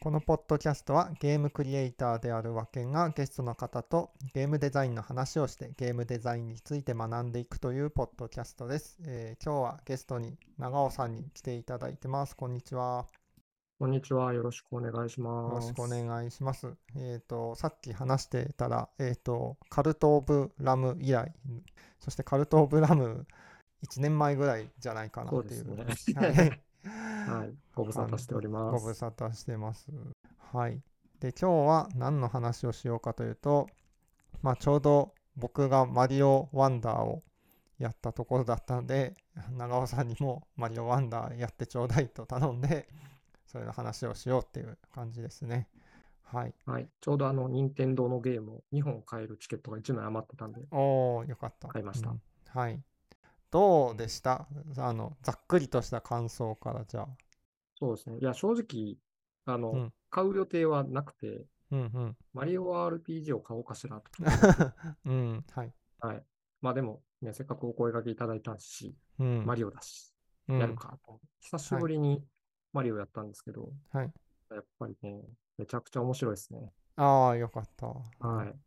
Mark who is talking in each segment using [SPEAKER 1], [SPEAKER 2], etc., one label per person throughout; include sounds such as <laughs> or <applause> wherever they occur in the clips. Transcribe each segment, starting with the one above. [SPEAKER 1] このポッドキャストはゲームクリエイターであるわけがゲストの方とゲームデザインの話をしてゲームデザインについて学んでいくというポッドキャストです。えー今日はゲストに長尾さんに来ていただいてます。こんにちは。
[SPEAKER 2] こんにちは。よろしくお願いし
[SPEAKER 1] よ
[SPEAKER 2] ま
[SPEAKER 1] ろ
[SPEAKER 2] す。
[SPEAKER 1] しくお願いします。えっ、と、さっき話してたら、えっ、と、カルト・オブ・ラム以来、そしてカルト・オブ・ラム1年前ぐらいじゃないかな
[SPEAKER 2] そう
[SPEAKER 1] って
[SPEAKER 2] で
[SPEAKER 1] い
[SPEAKER 2] す
[SPEAKER 1] う。
[SPEAKER 2] ね。
[SPEAKER 1] はい。
[SPEAKER 2] <laughs> はい。ご無沙汰しておりま
[SPEAKER 1] ご
[SPEAKER 2] す。
[SPEAKER 1] 無沙汰してます。はい。で、今日は何の話をしようかというと、まあ、ちょうど僕がマリオワンダーをやったところだったので、 <laughs> 長尾さんにもマリオワンダーやってちょうだいと頼んで、 <laughs> それの話をしようっていう感じですね。はい。
[SPEAKER 2] はい。ちょうどあの、任天堂のゲームを2本買えるチケットが1枚余ってたんで、
[SPEAKER 1] おー、よかった。
[SPEAKER 2] 買いました
[SPEAKER 1] うんはい。どうでしたあの、ざっくりとした感想からじゃあ。
[SPEAKER 2] そうですね。いや、正直、あの、
[SPEAKER 1] うん
[SPEAKER 2] 買う予定はなくて、
[SPEAKER 1] うんうん。
[SPEAKER 2] マリオ RPG を買おうかしらと。
[SPEAKER 1] うん、 <laughs> はい。
[SPEAKER 2] はい。まあでも、ね、せっかくお声掛けいただいたし、
[SPEAKER 1] うん。
[SPEAKER 2] マリオだし、
[SPEAKER 1] リ
[SPEAKER 2] やるかと思って。久しぶりにマリオやったんですけど、
[SPEAKER 1] はい
[SPEAKER 2] やっぱりね、めちゃくちゃ面白いですね。
[SPEAKER 1] ああ、よかった。
[SPEAKER 2] はい。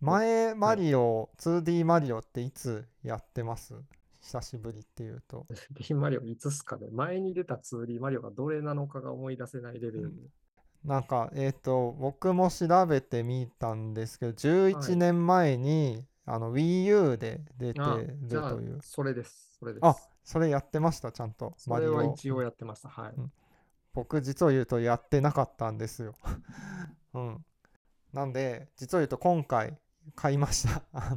[SPEAKER 1] 前、マリオ、2D マリオっていつやってます久しぶりっていうと。
[SPEAKER 2] <laughs> D マリオいつっすかね前に出た 2D マリオがどれなのかが思い出せないレベルで。
[SPEAKER 1] なんか、えっと、僕も調べてみたんですけど、11年前に、あの、Wii U で出て
[SPEAKER 2] あ
[SPEAKER 1] る
[SPEAKER 2] じゃあ
[SPEAKER 1] という。
[SPEAKER 2] それです。それです。
[SPEAKER 1] あ、それやってました、ちゃんと。
[SPEAKER 2] そ
[SPEAKER 1] マリ
[SPEAKER 2] れは
[SPEAKER 1] オ。
[SPEAKER 2] 一応やってました。はい。
[SPEAKER 1] 僕、実を言うとやってなかったんですよ。 <laughs> うん。なんで、実を言うと今回買いました。 <laughs> あの、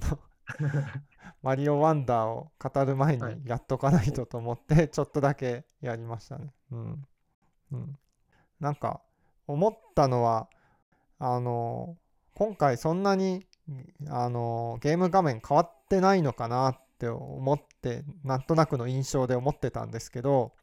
[SPEAKER 1] マリオワンダーを語る前に
[SPEAKER 2] はい
[SPEAKER 1] やっとかないとと思って、ちょっとだけやりましたね。うん。うん。なんか、思ったのは、あの、今回そんなに、あの、ゲーム画面変わってないのかなって思って、なんとなくの印象で思ってたんですけど、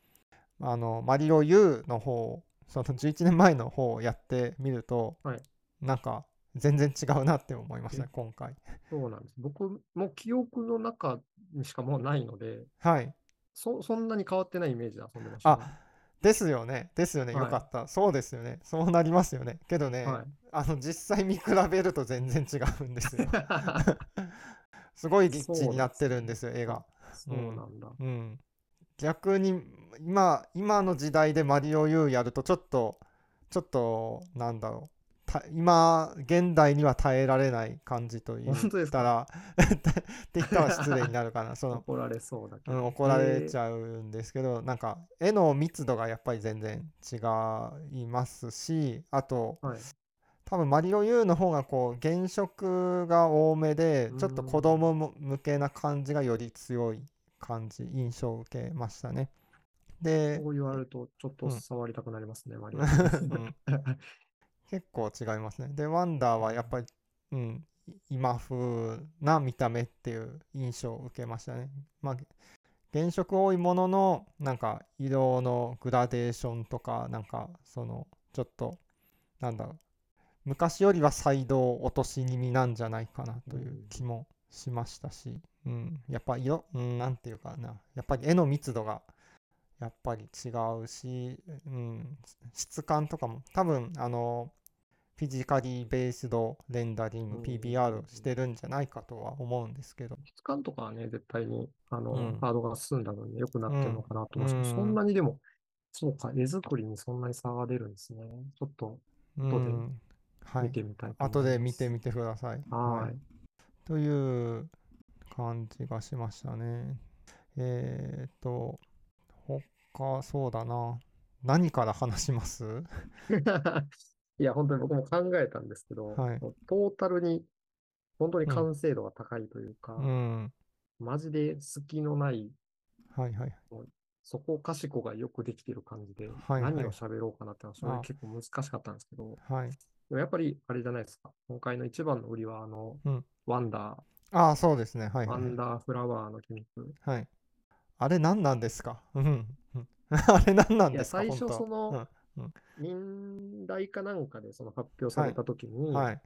[SPEAKER 1] あの、マリオ U の方、その11年前の方をやってみると、
[SPEAKER 2] はい
[SPEAKER 1] なんか、全然違うなって思いましたね
[SPEAKER 2] え、
[SPEAKER 1] 今回。
[SPEAKER 2] そうなんです。僕も記憶の中にしかもうないので、
[SPEAKER 1] はい。
[SPEAKER 2] そそんなに変わってないイメージで遊んでましたね、
[SPEAKER 1] ですよね。ですよね。
[SPEAKER 2] はい
[SPEAKER 1] よかった。そうですよね。そうなりますよね。けどね、
[SPEAKER 2] はい。
[SPEAKER 1] あの実際見比べると全然違うんです
[SPEAKER 2] <laughs>
[SPEAKER 1] よ。すごいリッチになってるんですよ、絵が。
[SPEAKER 2] そうなんだ。
[SPEAKER 1] うん。逆に今、今の時代でマリオ U やるとちょっと、ちょっと、なんだろう。た今、現代には耐えられない感じと言っ
[SPEAKER 2] 本当です
[SPEAKER 1] たら、 <laughs> って言ったら失礼になるかな。その
[SPEAKER 2] 怒られ <laughs> そうだけ
[SPEAKER 1] う
[SPEAKER 2] ど。
[SPEAKER 1] ん、怒られち
[SPEAKER 2] ゃ
[SPEAKER 1] ゃうんですけど、なんか絵の密度がやっぱり全然違いますしあと
[SPEAKER 2] う。はい。
[SPEAKER 1] 多分マリオ U の方がこう原色が多めでちょっと
[SPEAKER 2] うん
[SPEAKER 1] 子供も向けな感じがより強い感じ印象を受けましたね。で
[SPEAKER 2] そ、う言われると、ちょっ
[SPEAKER 1] う
[SPEAKER 2] と
[SPEAKER 1] ん
[SPEAKER 2] 触りたくなりますね、マリオ。 <laughs>
[SPEAKER 1] うん結構違いますね。でワンダーはやっぱり、うん、今風な見た目っていう印象を受けましたね。まあ原色多いもののなんか色のグラデーションとかなんかそのちょっとなんだろう昔よりはサイド落とし気味なんじゃないかなという気もしましたし、うん、やっぱ色、うん、なんていうかなやっぱり絵の密度がやっぱり違うし、うん、質感とかも多分あのフィジカリーベースドレンダリング
[SPEAKER 2] うん
[SPEAKER 1] PBR してるんじゃないかとは思うんですけど
[SPEAKER 2] 質感とかはね、絶対に、あの、
[SPEAKER 1] うん
[SPEAKER 2] ハードが進んだのに良くなってるのかなと思いますけど、
[SPEAKER 1] うん
[SPEAKER 2] そんなにでも、そうか、絵作りにそんなに差が出るんですね。ちょっと
[SPEAKER 1] う
[SPEAKER 2] で
[SPEAKER 1] んは
[SPEAKER 2] 見
[SPEAKER 1] い
[SPEAKER 2] てみたいと思います。
[SPEAKER 1] 後で見てみてください。
[SPEAKER 2] はい
[SPEAKER 1] い。という感じがしましたね。えっ、と、他、そうだな。何から話します
[SPEAKER 2] <laughs> いや、本当に僕も考えたんですけど、
[SPEAKER 1] はい
[SPEAKER 2] もうトータルに、本当に完成度が高いというか、
[SPEAKER 1] うん。
[SPEAKER 2] マジで隙のない、
[SPEAKER 1] はいはい。
[SPEAKER 2] そこかしこがよくできてる感じで、
[SPEAKER 1] はいはい
[SPEAKER 2] 何を喋ろうかなってのは正
[SPEAKER 1] あ
[SPEAKER 2] 直結構難しかったんですけど、
[SPEAKER 1] はい。
[SPEAKER 2] でもやっぱりあれじゃないですか、今回の一番の売りは、あの、
[SPEAKER 1] うん
[SPEAKER 2] ワンダ
[SPEAKER 1] ああ、そうですね。はい
[SPEAKER 2] ー、ワ
[SPEAKER 1] はい、
[SPEAKER 2] ンダーフラワーの筋肉。
[SPEAKER 1] はい。あれ何なんですかうん。 <laughs> うんあれ何なん
[SPEAKER 2] いや、
[SPEAKER 1] ですか
[SPEAKER 2] 最初
[SPEAKER 1] 本当
[SPEAKER 2] その、
[SPEAKER 1] うんうん
[SPEAKER 2] 民大かなんかでその発表された時に、
[SPEAKER 1] はい。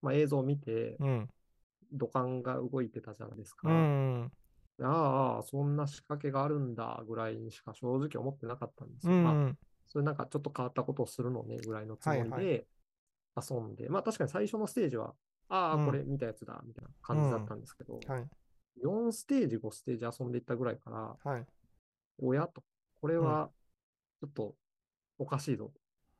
[SPEAKER 2] まあ、映像を見て、
[SPEAKER 1] うん。
[SPEAKER 2] 土管が動いてたじゃないですか。
[SPEAKER 1] うん。
[SPEAKER 2] ああ、そんな仕掛けがあるんだぐらいにしか正直思ってなかったんです
[SPEAKER 1] う
[SPEAKER 2] よ。まあ
[SPEAKER 1] ん。
[SPEAKER 2] それなんかちょっと変わったことをするのねぐらいのつもり
[SPEAKER 1] は
[SPEAKER 2] で遊んで、まあ確かに最初のステージは、あ
[SPEAKER 1] う
[SPEAKER 2] あ、
[SPEAKER 1] ん
[SPEAKER 2] これ見たやつだ、みたいな感じだったんですけど、
[SPEAKER 1] はい。
[SPEAKER 2] 4ステージ、5ステージ遊んでいったぐらいから、
[SPEAKER 1] はい。
[SPEAKER 2] おやと、これはちょっとおかしいぞ、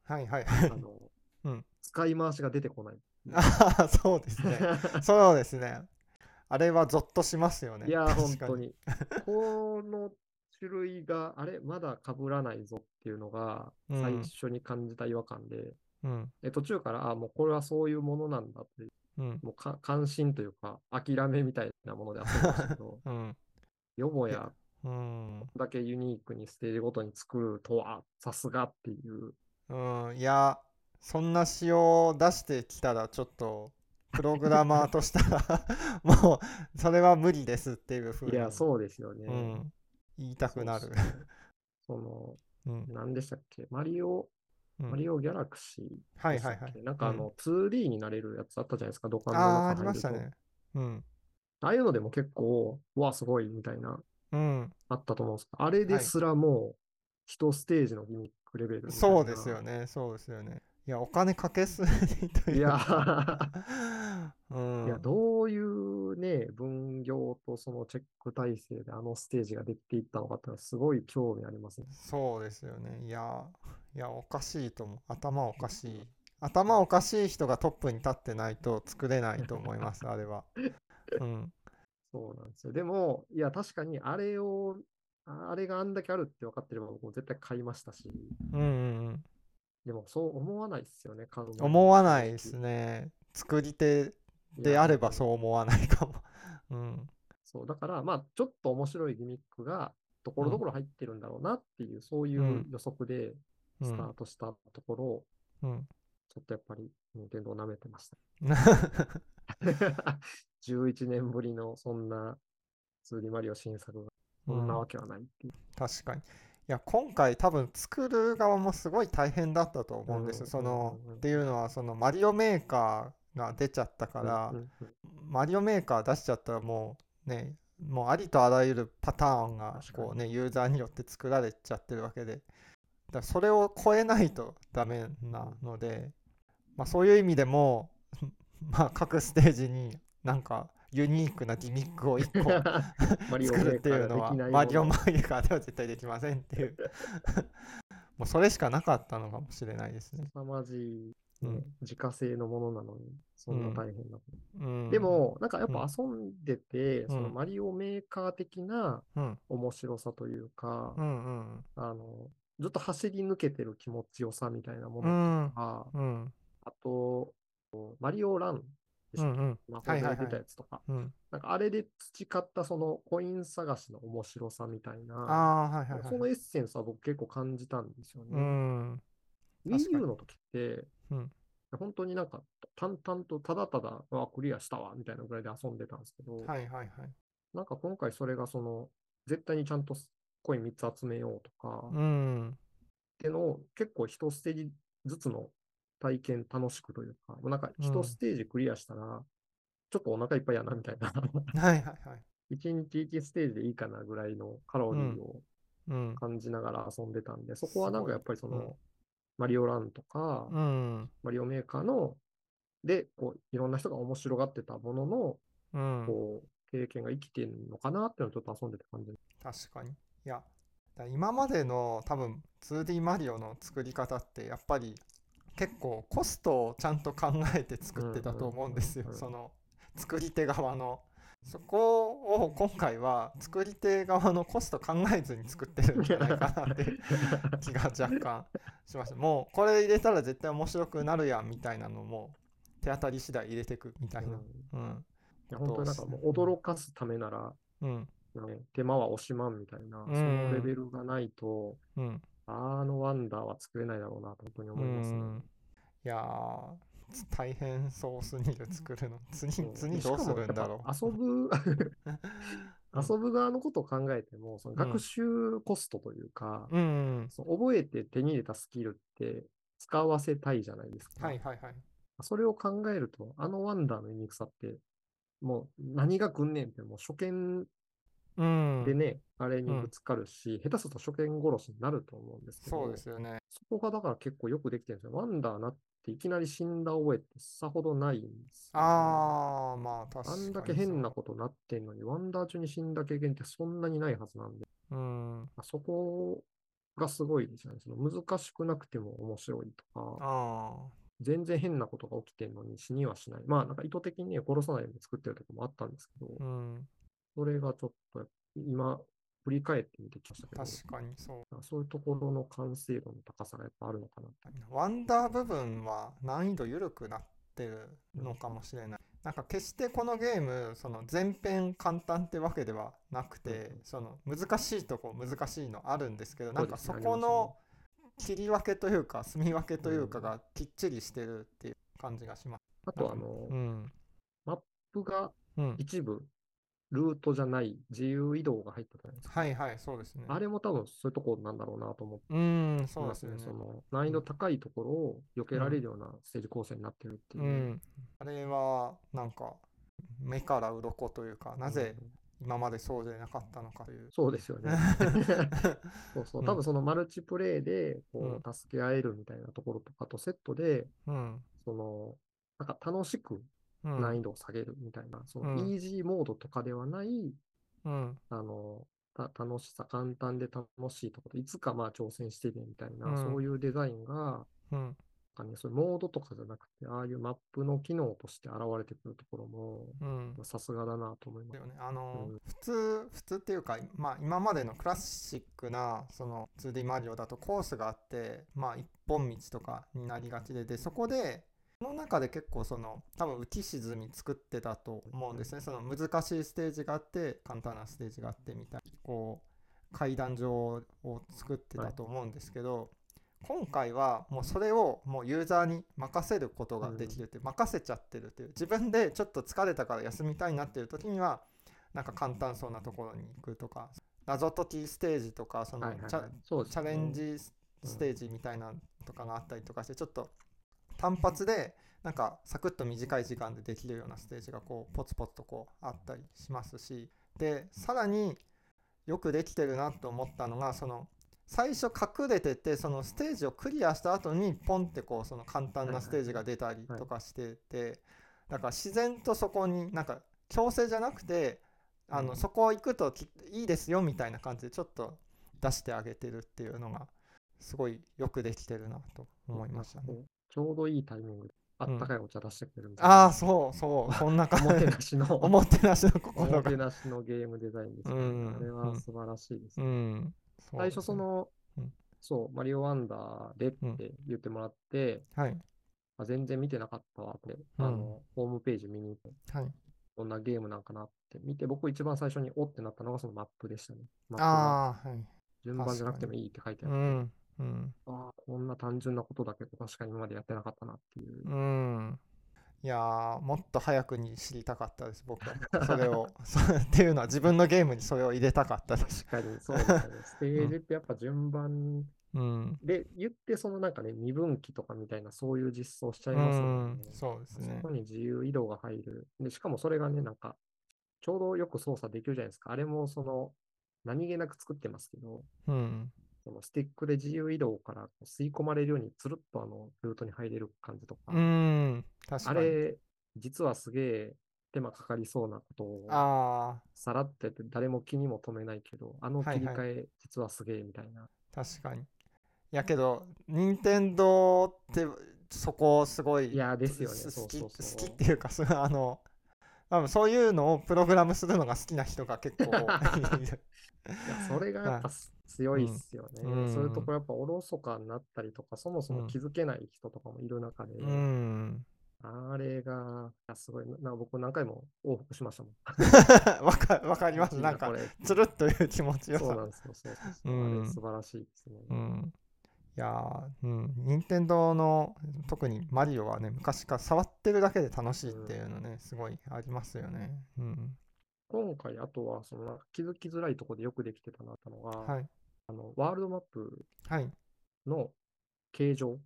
[SPEAKER 1] はい。はい。 <laughs>
[SPEAKER 2] あの、
[SPEAKER 1] うん
[SPEAKER 2] 使い回しが出てこない。
[SPEAKER 1] ああ、そうです
[SPEAKER 2] <laughs>
[SPEAKER 1] ね。そうですね。あれはゾッとしますよね。
[SPEAKER 2] <laughs> いやー、本
[SPEAKER 1] 確か <laughs>
[SPEAKER 2] 当。に。この種類が、あれ、まだ被らないぞっていうのが、
[SPEAKER 1] うん
[SPEAKER 2] 最初に感じた違和感で、
[SPEAKER 1] うん。
[SPEAKER 2] え途中から、あもうこれはそういうものなんだって、
[SPEAKER 1] うん。、
[SPEAKER 2] もうか関心というか、諦めみたいなもので遊んでましたけど
[SPEAKER 1] <laughs> うん。
[SPEAKER 2] よもや
[SPEAKER 1] うん。
[SPEAKER 2] だけユニークにステージごとに作るとは、さすがっていう。
[SPEAKER 1] うん、いや、そんな仕様を出してきたら、ちょっと、プログラマーとしたら、 <laughs> もう、それは無理ですっていうふう
[SPEAKER 2] いや、
[SPEAKER 1] に
[SPEAKER 2] そうですよね。
[SPEAKER 1] うん、言いたくなる。
[SPEAKER 2] そうそう
[SPEAKER 1] うん
[SPEAKER 2] その、何でしたっけマリオ、
[SPEAKER 1] うん
[SPEAKER 2] マリオギャラクシー。
[SPEAKER 1] はい
[SPEAKER 2] でした
[SPEAKER 1] は
[SPEAKER 2] っ
[SPEAKER 1] いはい
[SPEAKER 2] け。なんかあの、2D になれるやつあったじゃないですか、ドカンの
[SPEAKER 1] ああー、あり
[SPEAKER 2] 中
[SPEAKER 1] ま
[SPEAKER 2] 入
[SPEAKER 1] し
[SPEAKER 2] る
[SPEAKER 1] た
[SPEAKER 2] と。
[SPEAKER 1] ね。うん。
[SPEAKER 2] ああいうのでも結構、うわあ、すごいみたいな、
[SPEAKER 1] うん、
[SPEAKER 2] あったと思うんですけど、あれですらもう、一ステージのギミックレベルみたいな。
[SPEAKER 1] そうですよね、そうですよね。いや、お金かけすぎという
[SPEAKER 2] いや
[SPEAKER 1] か <laughs> うん、
[SPEAKER 2] いや、どういうね、分業とそのチェック体制であのステージができていったのかっていうのはすごい興味ありますね。
[SPEAKER 1] そうですよね。いや、いや、おかしいと思う。頭おかしい。頭おかしい人がトップに立ってないと作れないと思い
[SPEAKER 2] <laughs>
[SPEAKER 1] ます、あれは。うん。
[SPEAKER 2] そうなんですよ。でも、いや、確かにあれを、ああれがあんだけあるって分かってれば僕も絶対買いましたし、
[SPEAKER 1] うんうんうん。
[SPEAKER 2] でもそう思わないですよね、買う前に。
[SPEAKER 1] 思わないです。ね。作り手であればそうう思わないかも。うん。
[SPEAKER 2] そう、だから、まあ、ちょっと面白いギミックが、ところどころ入ってるんだろうなっていう、そうい
[SPEAKER 1] ん
[SPEAKER 2] う予測で
[SPEAKER 1] う
[SPEAKER 2] スタ
[SPEAKER 1] ん
[SPEAKER 2] ー。トしたところを、
[SPEAKER 1] うん、
[SPEAKER 2] ちょっとやっぱり、任天堂舐めてました。11年ぶりのそんなツーリマリオ新作がそんなわけはないっていう。
[SPEAKER 1] 確かに。いや今回多分作る側もすごい大変だったと思うんですよ。
[SPEAKER 2] うん
[SPEAKER 1] その
[SPEAKER 2] うんうん
[SPEAKER 1] っていうのはそのマリオメーカーが出ちゃったから、
[SPEAKER 2] うんうん
[SPEAKER 1] マリオメーカー出しちゃったらもうねもうありとあらゆるパターンが
[SPEAKER 2] 確かに
[SPEAKER 1] こうねユーザーによって作られちゃってるわけでだからそれを超えないとダメなので、まあ、そういう意味でも <laughs> まあ各ステージになんかユニークなギミックを1個
[SPEAKER 2] マリオメ
[SPEAKER 1] 作るっ
[SPEAKER 2] ー
[SPEAKER 1] て
[SPEAKER 2] カ
[SPEAKER 1] いう
[SPEAKER 2] ー
[SPEAKER 1] の
[SPEAKER 2] が
[SPEAKER 1] は
[SPEAKER 2] できない
[SPEAKER 1] マリオ
[SPEAKER 2] も
[SPEAKER 1] マーカーでは絶対できませんって <laughs> いうもうそれしかなかったのかもしれないですね。
[SPEAKER 2] 凄まじい、
[SPEAKER 1] う
[SPEAKER 2] ね
[SPEAKER 1] ん
[SPEAKER 2] 自家製のものなのに、そんな大変なこと、
[SPEAKER 1] うん、
[SPEAKER 2] で、も、なんかやっ
[SPEAKER 1] う
[SPEAKER 2] ぱ
[SPEAKER 1] ん
[SPEAKER 2] 遊んでて、
[SPEAKER 1] ん
[SPEAKER 2] そのマリオメーカー的な
[SPEAKER 1] うん、
[SPEAKER 2] 面白さというか、
[SPEAKER 1] うんうん
[SPEAKER 2] あの、ずっと走り抜けてる気持ちよさみたいなも
[SPEAKER 1] う
[SPEAKER 2] の
[SPEAKER 1] ん
[SPEAKER 2] とか、
[SPEAKER 1] うん
[SPEAKER 2] あと、マリオラン、
[SPEAKER 1] うんうん
[SPEAKER 2] 魔法
[SPEAKER 1] は
[SPEAKER 2] で
[SPEAKER 1] いはいはい
[SPEAKER 2] 出たやつとか、
[SPEAKER 1] うん
[SPEAKER 2] なんかあれで培ったそのコイン探しの面白さみたいな、
[SPEAKER 1] ああ、はいはい
[SPEAKER 2] そ
[SPEAKER 1] は
[SPEAKER 2] の
[SPEAKER 1] い。
[SPEAKER 2] エッセンスは僕結構感じたんですよ
[SPEAKER 1] う
[SPEAKER 2] ね。
[SPEAKER 1] ん。確
[SPEAKER 2] Wii
[SPEAKER 1] かに
[SPEAKER 2] U の時って、
[SPEAKER 1] うん
[SPEAKER 2] 本当になんか淡々とただただ、あクリアしたわみたいなぐらいで遊んでたんですけど、
[SPEAKER 1] はいはいはい。
[SPEAKER 2] なんか今回それがその、絶対にちゃんとコイン3つ集めようとか、
[SPEAKER 1] う
[SPEAKER 2] っ
[SPEAKER 1] ん。
[SPEAKER 2] ていうのを結構一ステージずつの体験楽しくというか、もうなんか
[SPEAKER 1] うん
[SPEAKER 2] 一ステージクリアしたら、ちょっとお腹いっぱいやなみたいな。 <laughs>
[SPEAKER 1] はいはいはい。
[SPEAKER 2] 一日一ステージでいいかなぐらいのカロリーを
[SPEAKER 1] うん。
[SPEAKER 2] 感じながら遊んでたんで、そこはなんかやっぱりそ
[SPEAKER 1] うん
[SPEAKER 2] の、マリオランとか、
[SPEAKER 1] うん。
[SPEAKER 2] マリオメーカーの、で、こう、いろんな人が面白がってたものの、
[SPEAKER 1] うん。
[SPEAKER 2] こう、経験が生きてるのかなっていうのをちょっと遊んでて感じ。
[SPEAKER 1] 確かに。いや、だから今までの多分 2D マリオの作り方ってやっぱり結構コストをちゃんと考えて作ってたと思うんですよ
[SPEAKER 2] う。んうんうん
[SPEAKER 1] その作り手側の。そこを今回は作り手側のコスト考えずに作ってるんじゃないかな
[SPEAKER 2] <laughs>
[SPEAKER 1] って気が若干しました。もうこれ入れたら絶対面白くなるやんみたいなのも手当たり次第入れてくみたい
[SPEAKER 2] うん
[SPEAKER 1] な。うん。
[SPEAKER 2] いや本当になんかもう驚かすためなら、
[SPEAKER 1] うん。
[SPEAKER 2] ね手間は惜しまんみたいな、
[SPEAKER 1] ん
[SPEAKER 2] そのレベルがないと、
[SPEAKER 1] うん。
[SPEAKER 2] あのワンダーは作れないだろうなと本当に
[SPEAKER 1] う
[SPEAKER 2] 思いますね。
[SPEAKER 1] ん。いやー、つ大変そうスニール作るの。次
[SPEAKER 2] そう、
[SPEAKER 1] 次
[SPEAKER 2] で
[SPEAKER 1] どう
[SPEAKER 2] し
[SPEAKER 1] す
[SPEAKER 2] かも
[SPEAKER 1] るんだろ
[SPEAKER 2] やっぱ
[SPEAKER 1] <laughs>
[SPEAKER 2] 遊ぶ、
[SPEAKER 1] う。
[SPEAKER 2] 遊ぶ側のことを考えても、そ
[SPEAKER 1] う
[SPEAKER 2] の
[SPEAKER 1] ん
[SPEAKER 2] 学習コストというか、
[SPEAKER 1] <laughs> うん。
[SPEAKER 2] その覚えて手に入れたスキルって使わせたいじゃないですか。
[SPEAKER 1] はいはいはい。
[SPEAKER 2] それを考えると、あのワンダーの醜さって、もう何が来んねんって、もう初見
[SPEAKER 1] うん。
[SPEAKER 2] でね、あれにぶつかるし、下手すると初見殺しになると思うんですけど、
[SPEAKER 1] そうですよね。
[SPEAKER 2] そこがだから結構よくできてるんですよ。ワンダーなっていきなり死んだ覚えってさほどないんですよね
[SPEAKER 1] ああ、まあ確か
[SPEAKER 2] あ
[SPEAKER 1] にそ
[SPEAKER 2] ん
[SPEAKER 1] う。
[SPEAKER 2] だけ変なことなってんのに、ワンダー中に死んだ経験ってそんなにないはずなんで、
[SPEAKER 1] うん。
[SPEAKER 2] あそこがすごいですよね。その難しくなくても面白いとか、
[SPEAKER 1] あ
[SPEAKER 2] 全然変なことが起きてんのに死にはしない。まあなんか意図的にね、殺さないように作ってるとこもあったんですけど、
[SPEAKER 1] あ、うん。
[SPEAKER 2] それがちょっと今、振り返ってみてきましたけど、
[SPEAKER 1] 確かにそう。
[SPEAKER 2] そういうところの完成度の高さがやっぱあるのかな。
[SPEAKER 1] ワンダー部分は難易度緩くなってるのかもしれない。なんか決してこのゲーム、その前編簡単ってわけではなくて
[SPEAKER 2] うん、
[SPEAKER 1] その難しいとこ難しいのあるんですけど、なんかそ
[SPEAKER 2] そうですね
[SPEAKER 1] この切り分けというか、住み分けというかがきっちりしてるっていう感じがします。
[SPEAKER 2] あとあの、
[SPEAKER 1] う
[SPEAKER 2] マッ
[SPEAKER 1] ん。
[SPEAKER 2] プが
[SPEAKER 1] うん。
[SPEAKER 2] 一部、ルートじゃない自由移動が入ったじゃないですか。
[SPEAKER 1] はいはい、そうですね。
[SPEAKER 2] あれも多分そういうところなんだろうなと思って
[SPEAKER 1] うーん、そう
[SPEAKER 2] ま
[SPEAKER 1] ですす
[SPEAKER 2] ね。
[SPEAKER 1] よね。
[SPEAKER 2] その難易度高いところを避けられるようなステージ構成になってるっていう
[SPEAKER 1] う。ん、あれはなんか目から鱗というかなぜ
[SPEAKER 2] うん
[SPEAKER 1] 今までそうでなかったのかという。
[SPEAKER 2] そうですよ
[SPEAKER 1] <laughs>
[SPEAKER 2] ね。そうそう。多分そのマルチプレイでこう助け合えるみたいなところとかとセットで、
[SPEAKER 1] うん
[SPEAKER 2] その、なんか楽しく
[SPEAKER 1] うん
[SPEAKER 2] 難易度を下げるみたいな、そ
[SPEAKER 1] うん
[SPEAKER 2] のイージーモードとかではない、
[SPEAKER 1] うん
[SPEAKER 2] あの、た楽しさ、簡単で楽しいところ、いつかまあ挑戦してねみたいな、
[SPEAKER 1] うん
[SPEAKER 2] そういうデザインが、
[SPEAKER 1] うん
[SPEAKER 2] なんかね、そういうモードとかじゃなくて、ああいうマップの機能として現れてくるところも、
[SPEAKER 1] うん
[SPEAKER 2] さすがだなと思いま
[SPEAKER 1] だ
[SPEAKER 2] す。
[SPEAKER 1] よね、あの、
[SPEAKER 2] うん
[SPEAKER 1] 普通普通っていうか、まあ、今までのクラシックなその 2D マリオだとコースがあって、まあ、一本道とかになりがちででそこでその中で結構その多分浮き沈み作ってたと思うんですねその難しいステージがあって簡単なステージがあってみたいなこう階段状を作ってたと思うんですけど、今回はもうそれをもうユーザーに任せることができるっていう、任せちゃってるっていう自分でちょっと疲れたから休みたいなっていう時にはなんか簡単そうなところに行くとか謎解きステージとかその
[SPEAKER 2] はいはいはい
[SPEAKER 1] チャ
[SPEAKER 2] そうです
[SPEAKER 1] チャレン
[SPEAKER 2] ね。
[SPEAKER 1] ジスステージみたいなのとかがあったりとかしてちょっと単発でなんかサクッと短い時間でできるようなステージがこうポツポツとこうあったりしますしでさらによくできてるなと思ったのがその最初隠れててそのステージをクリアした後にポンってこうその簡単なステージが出たりとかしててだから自然とそこになんか強制じゃなくてあ
[SPEAKER 2] う
[SPEAKER 1] の
[SPEAKER 2] ん
[SPEAKER 1] そこ行くときいいですよみたいな感じでちょっと出してあげてるっていうのがすごいよくできてるなと思いましたね。
[SPEAKER 2] こうちょうどいいタイミングで、あ
[SPEAKER 1] うん
[SPEAKER 2] ったかいお茶出してくれるみたいな
[SPEAKER 1] ああそうそうそんな
[SPEAKER 2] おも
[SPEAKER 1] 感
[SPEAKER 2] て
[SPEAKER 1] じ
[SPEAKER 2] なしの、
[SPEAKER 1] <laughs> おもてなしの
[SPEAKER 2] お
[SPEAKER 1] 心が
[SPEAKER 2] もて。なしのゲームデザインですよね。
[SPEAKER 1] うん <laughs>
[SPEAKER 2] あれは素晴らしいです
[SPEAKER 1] う
[SPEAKER 2] ね。
[SPEAKER 1] ん、う
[SPEAKER 2] 最
[SPEAKER 1] です
[SPEAKER 2] 初そ
[SPEAKER 1] ね
[SPEAKER 2] の、
[SPEAKER 1] うん
[SPEAKER 2] そう、マリオワンダーでっ
[SPEAKER 1] うん
[SPEAKER 2] て言ってもらって、
[SPEAKER 1] はい
[SPEAKER 2] あ全然見てなかったわって、あの、ホームページ見に行って、
[SPEAKER 1] はい
[SPEAKER 2] どんなゲームなんかなって見て、僕一番最初におってなったのがそのマップでしたね。マップが
[SPEAKER 1] ああはい
[SPEAKER 2] 順番じゃなくてもいいって書いてあ
[SPEAKER 1] う
[SPEAKER 2] る。
[SPEAKER 1] んうん
[SPEAKER 2] ああ、こんな単純なことだけど、確かに今までやってなかったなっていう。
[SPEAKER 1] うんいやーもっと早くに知りたかったです僕はそれをそっていうのは自分のゲームにそれを入れたかったです
[SPEAKER 2] 確かにそうですね。ステージってやっぱ順番
[SPEAKER 1] うん
[SPEAKER 2] で、言ってそのなんかね、二分岐とかみたいな、そういう実装しちゃいうますよね
[SPEAKER 1] ん。そうですね
[SPEAKER 2] そこに自由移動が入る。で、しかもそれがね、なんか、ちょうどよく操作できるじゃないですか。あれもその、何気なく作ってますけど、
[SPEAKER 1] うん
[SPEAKER 2] そのスティックで自由移動から吸い込まれるように、つるっとあの、ルートに入れる感じとか。
[SPEAKER 1] うん確か
[SPEAKER 2] あ
[SPEAKER 1] に
[SPEAKER 2] れ、実はすげえ手間かかりそうなことを
[SPEAKER 1] あ
[SPEAKER 2] さらってて、誰も気にも留めないけど、あの
[SPEAKER 1] は
[SPEAKER 2] 切
[SPEAKER 1] い
[SPEAKER 2] り
[SPEAKER 1] はい
[SPEAKER 2] 替え、実はすげえみたいな。
[SPEAKER 1] ー確かにやけど任天堂ってそこすごい
[SPEAKER 2] いやー、ですよね。
[SPEAKER 1] す
[SPEAKER 2] そ
[SPEAKER 1] 好
[SPEAKER 2] う
[SPEAKER 1] き
[SPEAKER 2] そう
[SPEAKER 1] 好き
[SPEAKER 2] そ
[SPEAKER 1] っ
[SPEAKER 2] う
[SPEAKER 1] て。いうかそ <laughs> のあの多分そういうのをプログラムするのが好きな人が結構
[SPEAKER 2] <laughs>
[SPEAKER 1] 多い
[SPEAKER 2] いやそれがやっぱす強いっすよね。
[SPEAKER 1] うん
[SPEAKER 2] そういうところやっぱおろそかになったりとか、そもそも気づけない人とかもいる中で、
[SPEAKER 1] うん <laughs>
[SPEAKER 2] あれが、いやすごいな、僕何回も往復しましたもん。
[SPEAKER 1] わかわかります。
[SPEAKER 2] いい
[SPEAKER 1] なんか
[SPEAKER 2] こ、れ
[SPEAKER 1] つるっという気持ちよ
[SPEAKER 2] そうな
[SPEAKER 1] さ。
[SPEAKER 2] んですよ。そうそうそう
[SPEAKER 1] うん
[SPEAKER 2] あれ素晴らしいですね。
[SPEAKER 1] うん。いやー、うん。任天堂の、特にマリオはね、昔から触ってるだけで楽しいっていうのね、すごいありますよね。うん。
[SPEAKER 2] 今回、あとは、そのなんか気づきづらいところでよくできてたなったのが、
[SPEAKER 1] はい。
[SPEAKER 2] あの、ワールドマップ
[SPEAKER 1] はい。
[SPEAKER 2] の形状、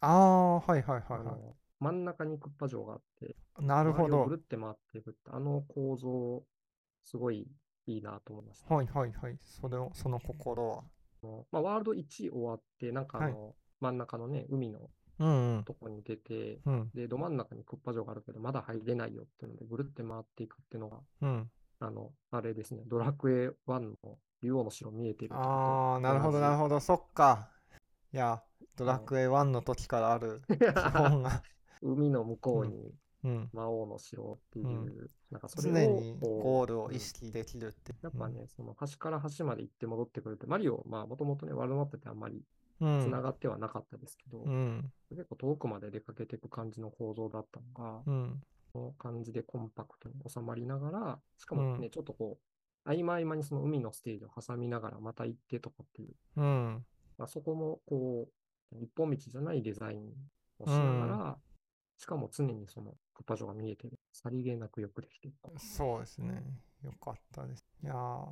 [SPEAKER 1] ああ、はいはいはい
[SPEAKER 2] あ
[SPEAKER 1] は
[SPEAKER 2] の真ん中にクッパ城があって、
[SPEAKER 1] い。な
[SPEAKER 2] な
[SPEAKER 1] るほ
[SPEAKER 2] ぐる
[SPEAKER 1] ど。
[SPEAKER 2] って回っていくって、あの構造、すごいいいなと思いました。
[SPEAKER 1] はいはいはい。それを、その心は。
[SPEAKER 2] あのまあ、ワールド1終わって、なんかあの、真ん中のね、海の
[SPEAKER 1] うんうん
[SPEAKER 2] とこに出て、
[SPEAKER 1] うん
[SPEAKER 2] で、ど真ん中にクッパ城があるけど、まだ入れないよっていうので、ぐるって回っていくっていうのが、
[SPEAKER 1] うん
[SPEAKER 2] あの、あれですね、ドラクエ1の竜王の城見えてるとこと
[SPEAKER 1] ああなるほどなるほどそっかいやドラクエ1の時からある基
[SPEAKER 2] <laughs>
[SPEAKER 1] 本が、
[SPEAKER 2] 海の向こうに
[SPEAKER 1] うん、
[SPEAKER 2] 魔王の城っていう、
[SPEAKER 1] うん
[SPEAKER 2] なんかそ
[SPEAKER 1] 常
[SPEAKER 2] れを
[SPEAKER 1] に
[SPEAKER 2] こ
[SPEAKER 1] ゴールを意識できるって
[SPEAKER 2] う、やっぱね、その端から端まで行って戻ってくるって、マリオ、まあもともとね、ワールドマップってあんまり
[SPEAKER 1] うん
[SPEAKER 2] 繋がってはなかったですけど、
[SPEAKER 1] うん
[SPEAKER 2] 結構遠くまで出かけていく感じの構造だったのが、
[SPEAKER 1] うん
[SPEAKER 2] この感じでコンパクトに収まりながら、しかも
[SPEAKER 1] う
[SPEAKER 2] ね、
[SPEAKER 1] ん
[SPEAKER 2] ちょっとこう、合間合間にその海のステージを挟みながらまた行ってとかっていう、
[SPEAKER 1] うん
[SPEAKER 2] まあ、そこもこう、一本道じゃないデザインをしながら、しかも常にそのクッパ城が見えてる、さりげなくよくでき
[SPEAKER 1] <laughs>
[SPEAKER 2] てる。
[SPEAKER 1] そうですねよかったですいやー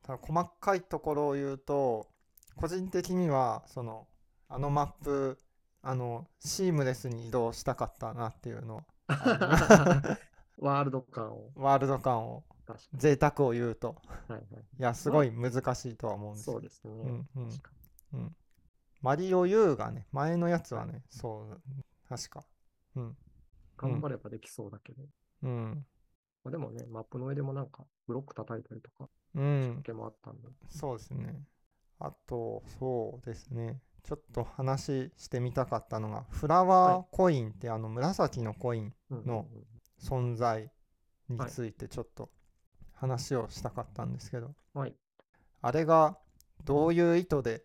[SPEAKER 1] ただ細かいところを言うと個人的にはそのあのマップあのシームレスに移動したかったなっていうのはある
[SPEAKER 2] ワールド感を
[SPEAKER 1] ワールド感を
[SPEAKER 2] 出し
[SPEAKER 1] 贅沢を言うと
[SPEAKER 2] て。はいはい。
[SPEAKER 1] いやすごい難しいとは思うんですけ
[SPEAKER 2] そ
[SPEAKER 1] ど
[SPEAKER 2] うですね。
[SPEAKER 1] うんうん
[SPEAKER 2] 確かに
[SPEAKER 1] マリオ U がね、前のやつはね、そう、確か。うん。
[SPEAKER 2] 頑張ればできそうだけど。
[SPEAKER 1] うん。
[SPEAKER 2] まあ、でもね、マップの上でもなんか、ブロック叩いたりとか、
[SPEAKER 1] う
[SPEAKER 2] 仕
[SPEAKER 1] ん
[SPEAKER 2] 掛。けもあったんで。
[SPEAKER 1] そうですね。あと、そうですね。ちょっと話してみたかったのが、フラワーコインって、あの紫のコイン
[SPEAKER 2] うんうんうん
[SPEAKER 1] の存在についてちょっと話をしたかったんですけど、
[SPEAKER 2] はい。
[SPEAKER 1] あれがどういう意図で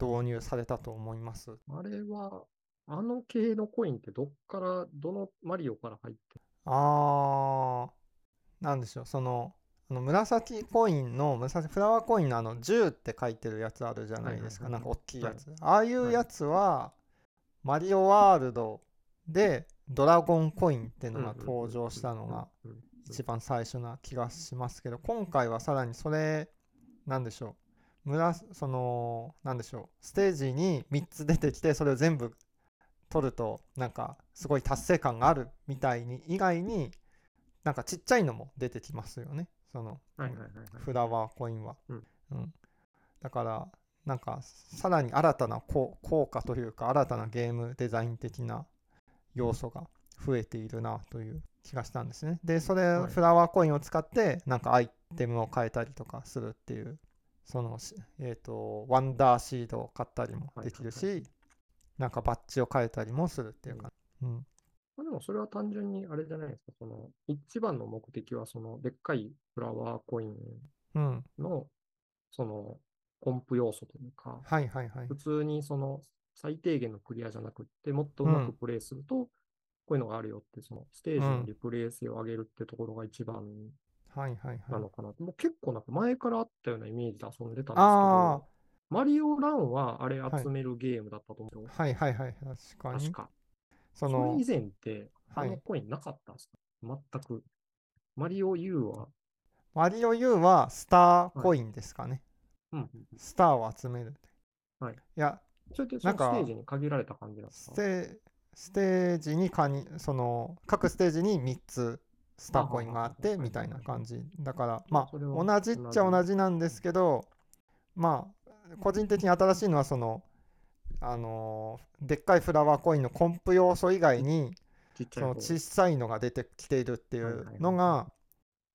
[SPEAKER 1] 導入されたと思います
[SPEAKER 2] あれは、あの系のコインってどっから、どのマリオから入って
[SPEAKER 1] あー、なんでしょう、その、あの紫コインの、紫フラワーコインのあの10って書いてるやつあるじゃないですか、
[SPEAKER 2] はい
[SPEAKER 1] な
[SPEAKER 2] はいはい
[SPEAKER 1] んか大きいやつ。ああいうやつは、マリオワールドでドラゴンコインっていう
[SPEAKER 2] る
[SPEAKER 1] のが登場したのが、
[SPEAKER 2] うんうん
[SPEAKER 1] 一番最初な気がしますけど、今回はさらにそれ、なんでしょう、むらその、なんでしょう、ステージに3つ出てきて、それを全部取るとなんかすごい達成感があるみたいに以外になんかちっちゃいのも出てきますよねその、
[SPEAKER 2] はいはいはいはい。
[SPEAKER 1] フラワーコインは、
[SPEAKER 2] うん
[SPEAKER 1] うんだからなんかさらに新たなこう効果というか新たなゲームデザイン的な要素が増えているなという気がしたんですねでそれ
[SPEAKER 2] はい
[SPEAKER 1] フラワーコインを使ってなんかアイテムを変えたりとかするっていうそのしえっ、とワンダーシードを買ったりもできるし、
[SPEAKER 2] はい
[SPEAKER 1] なんかバッジを変えたりもするっていうか、うん、
[SPEAKER 2] まあ、でもそれは単純にあれじゃないですか。その、一番の目的は、その、でっかいフラワーコイン
[SPEAKER 1] うん、
[SPEAKER 2] の、その、コンプ要素というか、
[SPEAKER 1] はいはいはい
[SPEAKER 2] 普通にその、最低限のクリアじゃなくって、もっとう
[SPEAKER 1] う
[SPEAKER 2] ま
[SPEAKER 1] ん
[SPEAKER 2] くプレイすると、こういうのがあるよって、その、ステージ
[SPEAKER 1] うん
[SPEAKER 2] のリプレイ性を上げるってところが一番
[SPEAKER 1] はいはい
[SPEAKER 2] な
[SPEAKER 1] はい
[SPEAKER 2] のかな。もう結構なんか前からあったようなイメージで遊んでたんですけ
[SPEAKER 1] あ
[SPEAKER 2] ど、マリオランはあれ
[SPEAKER 1] はい
[SPEAKER 2] 集めるゲームだったと思うんですよ。
[SPEAKER 1] はいはいはい確かに
[SPEAKER 2] 確か。
[SPEAKER 1] そ
[SPEAKER 2] そ
[SPEAKER 1] の
[SPEAKER 2] れ以前って、あ
[SPEAKER 1] は
[SPEAKER 2] の
[SPEAKER 1] い
[SPEAKER 2] コインなかったんですか、全く。マリオ U は、
[SPEAKER 1] マリオ U はスターコインですかね。
[SPEAKER 2] うんうん、
[SPEAKER 1] スターを集める。
[SPEAKER 2] はい、
[SPEAKER 1] や、
[SPEAKER 2] それってそ
[SPEAKER 1] な
[SPEAKER 2] の
[SPEAKER 1] ん
[SPEAKER 2] ステ
[SPEAKER 1] か
[SPEAKER 2] ージに限られた感じなんです
[SPEAKER 1] ス
[SPEAKER 2] か
[SPEAKER 1] テステージにかに、その、各ステージに3つスターコインがあってみたいな感じ。だから、まあ、
[SPEAKER 2] それ
[SPEAKER 1] 同
[SPEAKER 2] は
[SPEAKER 1] じっちゃ同じなんですけど、まあ、個人的に新しいのは、その、あのーでっかいフラワーコインのコンプ要素以外に、
[SPEAKER 2] ちっち
[SPEAKER 1] そ
[SPEAKER 2] ゃい
[SPEAKER 1] の
[SPEAKER 2] 頃
[SPEAKER 1] 小さいのが出てきているってい
[SPEAKER 2] はいはいうはい
[SPEAKER 1] のが、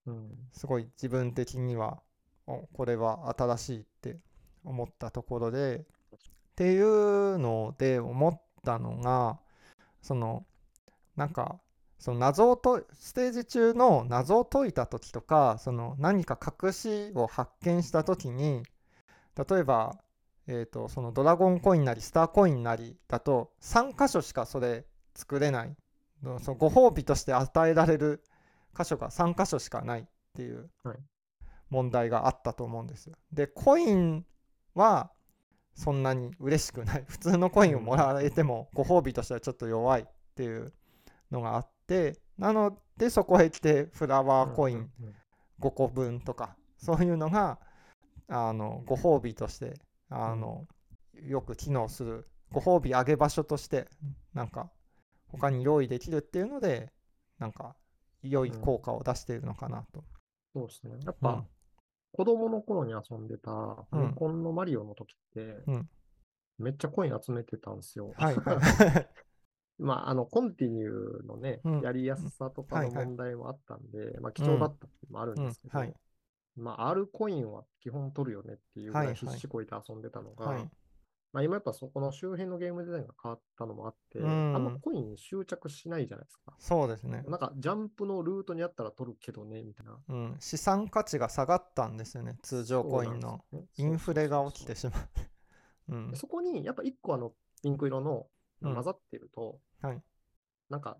[SPEAKER 2] うん。
[SPEAKER 1] すごい自分的にはおこれは新しいって思ったところでっていうので思ったのがそのなんかその謎を解いステージ中の謎を解いた時とかその何か隠しを発見した時に例えば、えー、とそのドラゴンコインなりスターコインなりだと3箇所しかそれ作れないのそのご褒美として与えられる箇所が3箇所しかないっていう
[SPEAKER 2] はい
[SPEAKER 1] 問題があったと思うんですよ。でコインはそんなに嬉しくない普通のコインをもらえてもご褒美としてはちょっと弱いっていうのがあってなのでそこへ来てフラワーコイン
[SPEAKER 2] うんうん
[SPEAKER 1] 5個分とかそういうのがあのご褒美としてあの、よく機能するご褒美あげ場所としてなんか他に用意できるっていうのでなんか良い効果を出しているのかなと。
[SPEAKER 2] そうですね。やっぱ、子供の頃に遊んでた、ファミコンのマリオの時って、
[SPEAKER 1] うん
[SPEAKER 2] めっちゃコイン集めてたんですよ。
[SPEAKER 1] <laughs> はいはい。
[SPEAKER 2] <laughs> まあ、あの、コンティニューのね
[SPEAKER 1] うん、
[SPEAKER 2] やりやすさとか
[SPEAKER 1] はい
[SPEAKER 2] の
[SPEAKER 1] はい
[SPEAKER 2] 問題もあったんで、まあ、貴重だったっていうのもあるんですけ
[SPEAKER 1] うん
[SPEAKER 2] ど
[SPEAKER 1] はい、
[SPEAKER 2] まあ、R コインは基本取るよねっていうぐ
[SPEAKER 1] は
[SPEAKER 2] ら
[SPEAKER 1] い
[SPEAKER 2] い必死こいて遊んでたの
[SPEAKER 1] は
[SPEAKER 2] が
[SPEAKER 1] い、。
[SPEAKER 2] まあ、今やっぱそこの周辺のゲームデザインが変わったのもあって、
[SPEAKER 1] うん
[SPEAKER 2] あんまコイン執着しないじゃないですか。
[SPEAKER 1] そうですね。
[SPEAKER 2] なんか、ジャンプのルートにあったら取るけどね、みたいな。
[SPEAKER 1] うん、資産価値が下がったんですよね、通常コインの。
[SPEAKER 2] そうなんです
[SPEAKER 1] イ
[SPEAKER 2] よね
[SPEAKER 1] ンフレが起きて
[SPEAKER 2] そうそうそう
[SPEAKER 1] しまう。 <laughs> うん
[SPEAKER 2] で、そこに、やっぱ一個あの、ピンク色の
[SPEAKER 1] うん
[SPEAKER 2] 混ざってると、
[SPEAKER 1] はい
[SPEAKER 2] なんか、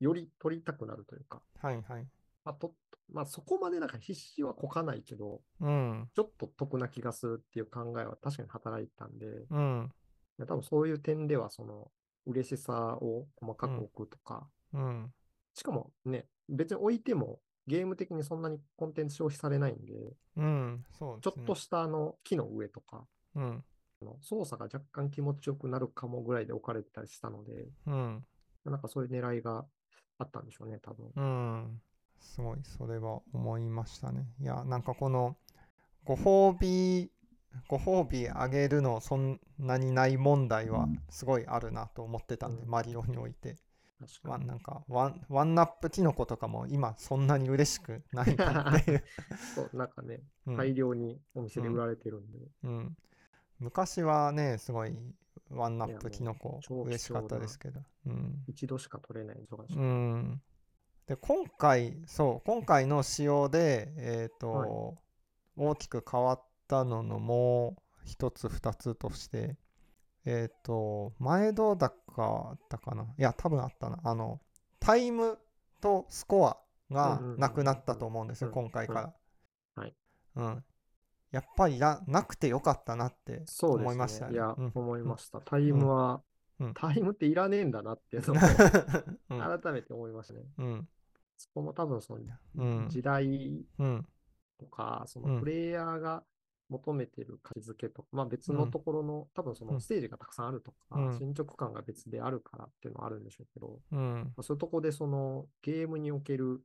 [SPEAKER 2] より取りたくなるというか、
[SPEAKER 1] はいはい。
[SPEAKER 2] まあとまあ、そこまでなんか必死はこかないけど、
[SPEAKER 1] うん、
[SPEAKER 2] ちょっと得な気がするっていう考えは確かに働いたんで、
[SPEAKER 1] うん、
[SPEAKER 2] 多分そういう点では、その、嬉しさを細かく置くとか、
[SPEAKER 1] うん、
[SPEAKER 2] しかもね、別に置いても、ゲーム的にそんなにコンテンツ消費されないんで、
[SPEAKER 1] うん、そう
[SPEAKER 2] ちょ
[SPEAKER 1] です
[SPEAKER 2] っ
[SPEAKER 1] ね。
[SPEAKER 2] としたあの木の上とか、
[SPEAKER 1] うん、
[SPEAKER 2] あの操作が若干気持ちよくなるかもぐらいで置かれてたりしたので、
[SPEAKER 1] うん、
[SPEAKER 2] なんかそういう狙いがあったんでしょうね、多分。
[SPEAKER 1] うん。すごい、それは思いましたね。いや、なんかこの、ご褒美、ご褒美あげるのそんなにない問題はすごいあるなと思ってたんで、
[SPEAKER 2] うん
[SPEAKER 1] マリオにおいて。
[SPEAKER 2] 確
[SPEAKER 1] ま
[SPEAKER 2] か
[SPEAKER 1] あ、
[SPEAKER 2] に。
[SPEAKER 1] なんかワン、ワンナップキノコとかも今そんなに嬉しくないなって
[SPEAKER 2] <laughs>
[SPEAKER 1] いう。
[SPEAKER 2] そう、なんかね、
[SPEAKER 1] うん
[SPEAKER 2] 大量にお店で売られてるんで、
[SPEAKER 1] うん、昔はねすごいワンナップキノコ
[SPEAKER 2] いやもう超貴重な
[SPEAKER 1] 嬉しかったですけど、うん
[SPEAKER 2] 一度しか取れないとかし
[SPEAKER 1] うん、で今回そう今回の仕様で、えーと
[SPEAKER 2] はい
[SPEAKER 1] 大きく変わったののもう一つ二つとしてえっ、と前どうだかだかないや多分あったなあのタイムとスコアが
[SPEAKER 2] うんうんうん
[SPEAKER 1] なくなったと思うんですよ、
[SPEAKER 2] うん
[SPEAKER 1] 今回から、
[SPEAKER 2] うんはい
[SPEAKER 1] うん、やっぱりななくてよかったなって
[SPEAKER 2] そう
[SPEAKER 1] 思い
[SPEAKER 2] で
[SPEAKER 1] ますし
[SPEAKER 2] ね
[SPEAKER 1] た。
[SPEAKER 2] いや、
[SPEAKER 1] うん
[SPEAKER 2] 思いました。タイムは、
[SPEAKER 1] うん
[SPEAKER 2] タイムっていらねえんだなっていうのを
[SPEAKER 1] うん
[SPEAKER 2] 改めて思いましたね。
[SPEAKER 1] <laughs> うん
[SPEAKER 2] そこも多分その
[SPEAKER 1] うん
[SPEAKER 2] 時代
[SPEAKER 1] うん
[SPEAKER 2] とか、そうの
[SPEAKER 1] ん
[SPEAKER 2] プレイヤーが求めてる価値づけとか、まあ別のところの、多分そうの
[SPEAKER 1] ん
[SPEAKER 2] ステージがたくさんあると
[SPEAKER 1] う
[SPEAKER 2] か、
[SPEAKER 1] ん
[SPEAKER 2] 進捗感が別であるからっていうのはあるんでしょうけど、
[SPEAKER 1] うん
[SPEAKER 2] まあそういうとこでそのゲームにおける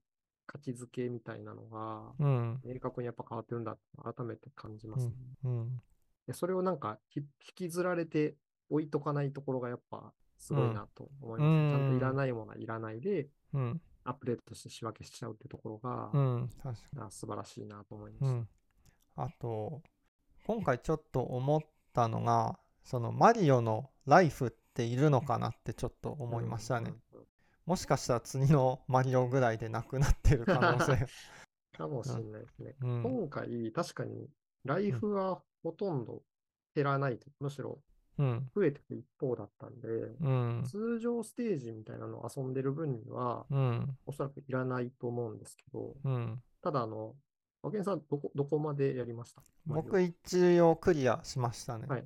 [SPEAKER 2] 価値づけみたいなのが、
[SPEAKER 1] うん
[SPEAKER 2] 明確にやっぱ変わってるんだって改めて感じますね。
[SPEAKER 1] うん
[SPEAKER 2] でそれをなんかひ引きずられて置いとかないところがやっぱすごいなと思います。
[SPEAKER 1] うん
[SPEAKER 2] ちゃんといらないものはいらないで、
[SPEAKER 1] うん
[SPEAKER 2] アップデートして仕分けしちゃうってところが、
[SPEAKER 1] うん、確か
[SPEAKER 2] あ素晴らしいなと思い
[SPEAKER 1] に。う
[SPEAKER 2] まし
[SPEAKER 1] ん、あと、今回ちょっと思ったのが、そのマリオのライフっているのかなってちょっと
[SPEAKER 2] た。
[SPEAKER 1] 思いましたね。
[SPEAKER 2] うん。うん
[SPEAKER 1] もしかしたら次のマリオぐらいでなくなってる可能
[SPEAKER 2] <laughs>
[SPEAKER 1] 性。
[SPEAKER 2] かもしれないですね。
[SPEAKER 1] うん、
[SPEAKER 2] 今回、確かにライフはほとんど減らないと、むしろ
[SPEAKER 1] うん、
[SPEAKER 2] 増えていく一方だったんで、
[SPEAKER 1] うん、
[SPEAKER 2] 通常ステージみたいなのを遊んでる分には、
[SPEAKER 1] うん、
[SPEAKER 2] おそらくいらないと思うんですけど、
[SPEAKER 1] うん。
[SPEAKER 2] ただ、あの、和源さんどこ、どこまでやりました
[SPEAKER 1] 僕一応クリアしましたね。
[SPEAKER 2] はい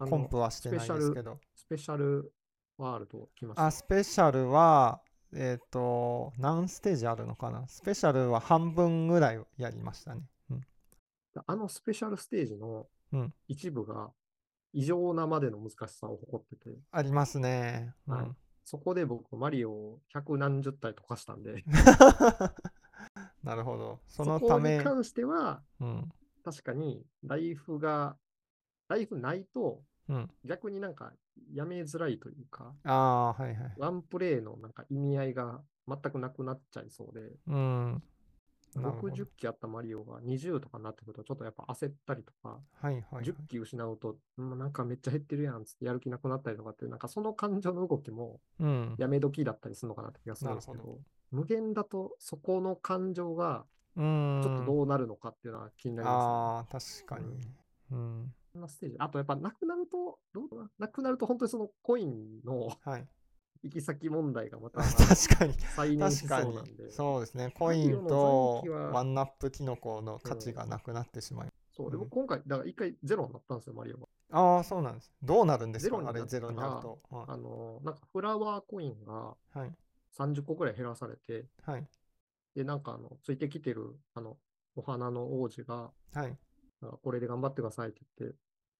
[SPEAKER 2] あの
[SPEAKER 1] コンプはしてないですけど。
[SPEAKER 2] スペシャルワールド来ました。
[SPEAKER 1] あ、スペシャルは、えっ、と、何ステージあるのかなスペシャルは半分ぐらいやりましたね。うん、
[SPEAKER 2] あのスペシャルステージの
[SPEAKER 1] うん
[SPEAKER 2] 一部が異常なまでの難しさを誇ってて、
[SPEAKER 1] ありますね。うん
[SPEAKER 2] はいそこで僕、マリオを百何十体溶かしたんで、
[SPEAKER 1] <laughs> なるほど。そ
[SPEAKER 2] そ
[SPEAKER 1] のた
[SPEAKER 2] こ
[SPEAKER 1] め
[SPEAKER 2] に、関しては、
[SPEAKER 1] うん、
[SPEAKER 2] 確かにライフが、ライフないと
[SPEAKER 1] うん。
[SPEAKER 2] 逆になんかやめづらいというか、
[SPEAKER 1] ああー、はいはい。
[SPEAKER 2] ワンプレイのなんか意味合いが全くなくなっちゃいそうで、
[SPEAKER 1] うん。なるほど
[SPEAKER 2] 60機あったマリオが20とかになってくると、ちょっとやっぱ焦ったりとか、
[SPEAKER 1] はいはいはい。
[SPEAKER 2] 10機失うと、うんなんかめっちゃ減ってるやんっつってやる気なくなったりとかっていう、なんかその感情の動きも
[SPEAKER 1] うん。
[SPEAKER 2] やめ時だったりするのかなって気がするんですけ
[SPEAKER 1] なるほ
[SPEAKER 2] ど、無限だとそこの感情が
[SPEAKER 1] うん。
[SPEAKER 2] ちょっとどうなるのかっていうのは気になりますね。
[SPEAKER 1] ああ、確かに。うん。
[SPEAKER 2] そんなステージあとやっぱなくなると、どうかななくなると本当にそのコインの <laughs>
[SPEAKER 1] はい。
[SPEAKER 2] 行き先問題がまた
[SPEAKER 1] 確かに。
[SPEAKER 2] 再燃し
[SPEAKER 1] 確か
[SPEAKER 2] そう
[SPEAKER 1] に
[SPEAKER 2] なんで。。
[SPEAKER 1] そうですね。コイン
[SPEAKER 2] マリオの
[SPEAKER 1] と
[SPEAKER 2] 残機は
[SPEAKER 1] ワンナップキノコの価値がなくなってしまい
[SPEAKER 2] そうで
[SPEAKER 1] うん
[SPEAKER 2] 僕今回、だから一回ゼロになったんですよ、マリオが。
[SPEAKER 1] ああ、そうなんです。どうなるんです
[SPEAKER 2] ゼ
[SPEAKER 1] か
[SPEAKER 2] ロに
[SPEAKER 1] あ
[SPEAKER 2] な
[SPEAKER 1] れ、
[SPEAKER 2] った
[SPEAKER 1] ゼ
[SPEAKER 2] か
[SPEAKER 1] ロ
[SPEAKER 2] ら
[SPEAKER 1] になると。は
[SPEAKER 2] あの、なんかフラワーコインが
[SPEAKER 1] い。はい。
[SPEAKER 2] 30個くらい減らされて、
[SPEAKER 1] はい。
[SPEAKER 2] で、なんかあの、ついてきてる、あの、お花の王子が、
[SPEAKER 1] はい。
[SPEAKER 2] なんかこれで頑張ってくださいって言って、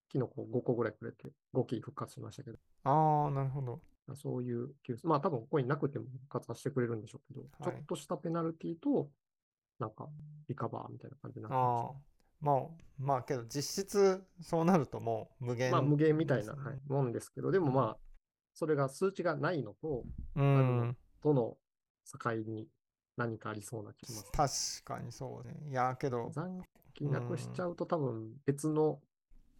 [SPEAKER 2] キノコ5個ぐらいくれて、5期復活しましたけど、
[SPEAKER 1] ああ、なるほど。
[SPEAKER 2] そういうケースまあ多分コインなくても復活はしてくれるんでしょうけど、
[SPEAKER 1] はい
[SPEAKER 2] ちょっとしたペナルティと、なんかリカバーみたいな感じになって
[SPEAKER 1] あ
[SPEAKER 2] まし
[SPEAKER 1] あ。まあ、まあけど実質そうなるともう無限、
[SPEAKER 2] まあ無限みたいな、
[SPEAKER 1] ですね
[SPEAKER 2] はいもんですけど、でもまあ、それが数値がないのと、
[SPEAKER 1] うん
[SPEAKER 2] どの境に何かありそうな気もす
[SPEAKER 1] 確かにそうねいやけど
[SPEAKER 2] る。、残機なくしちゃうと多分別の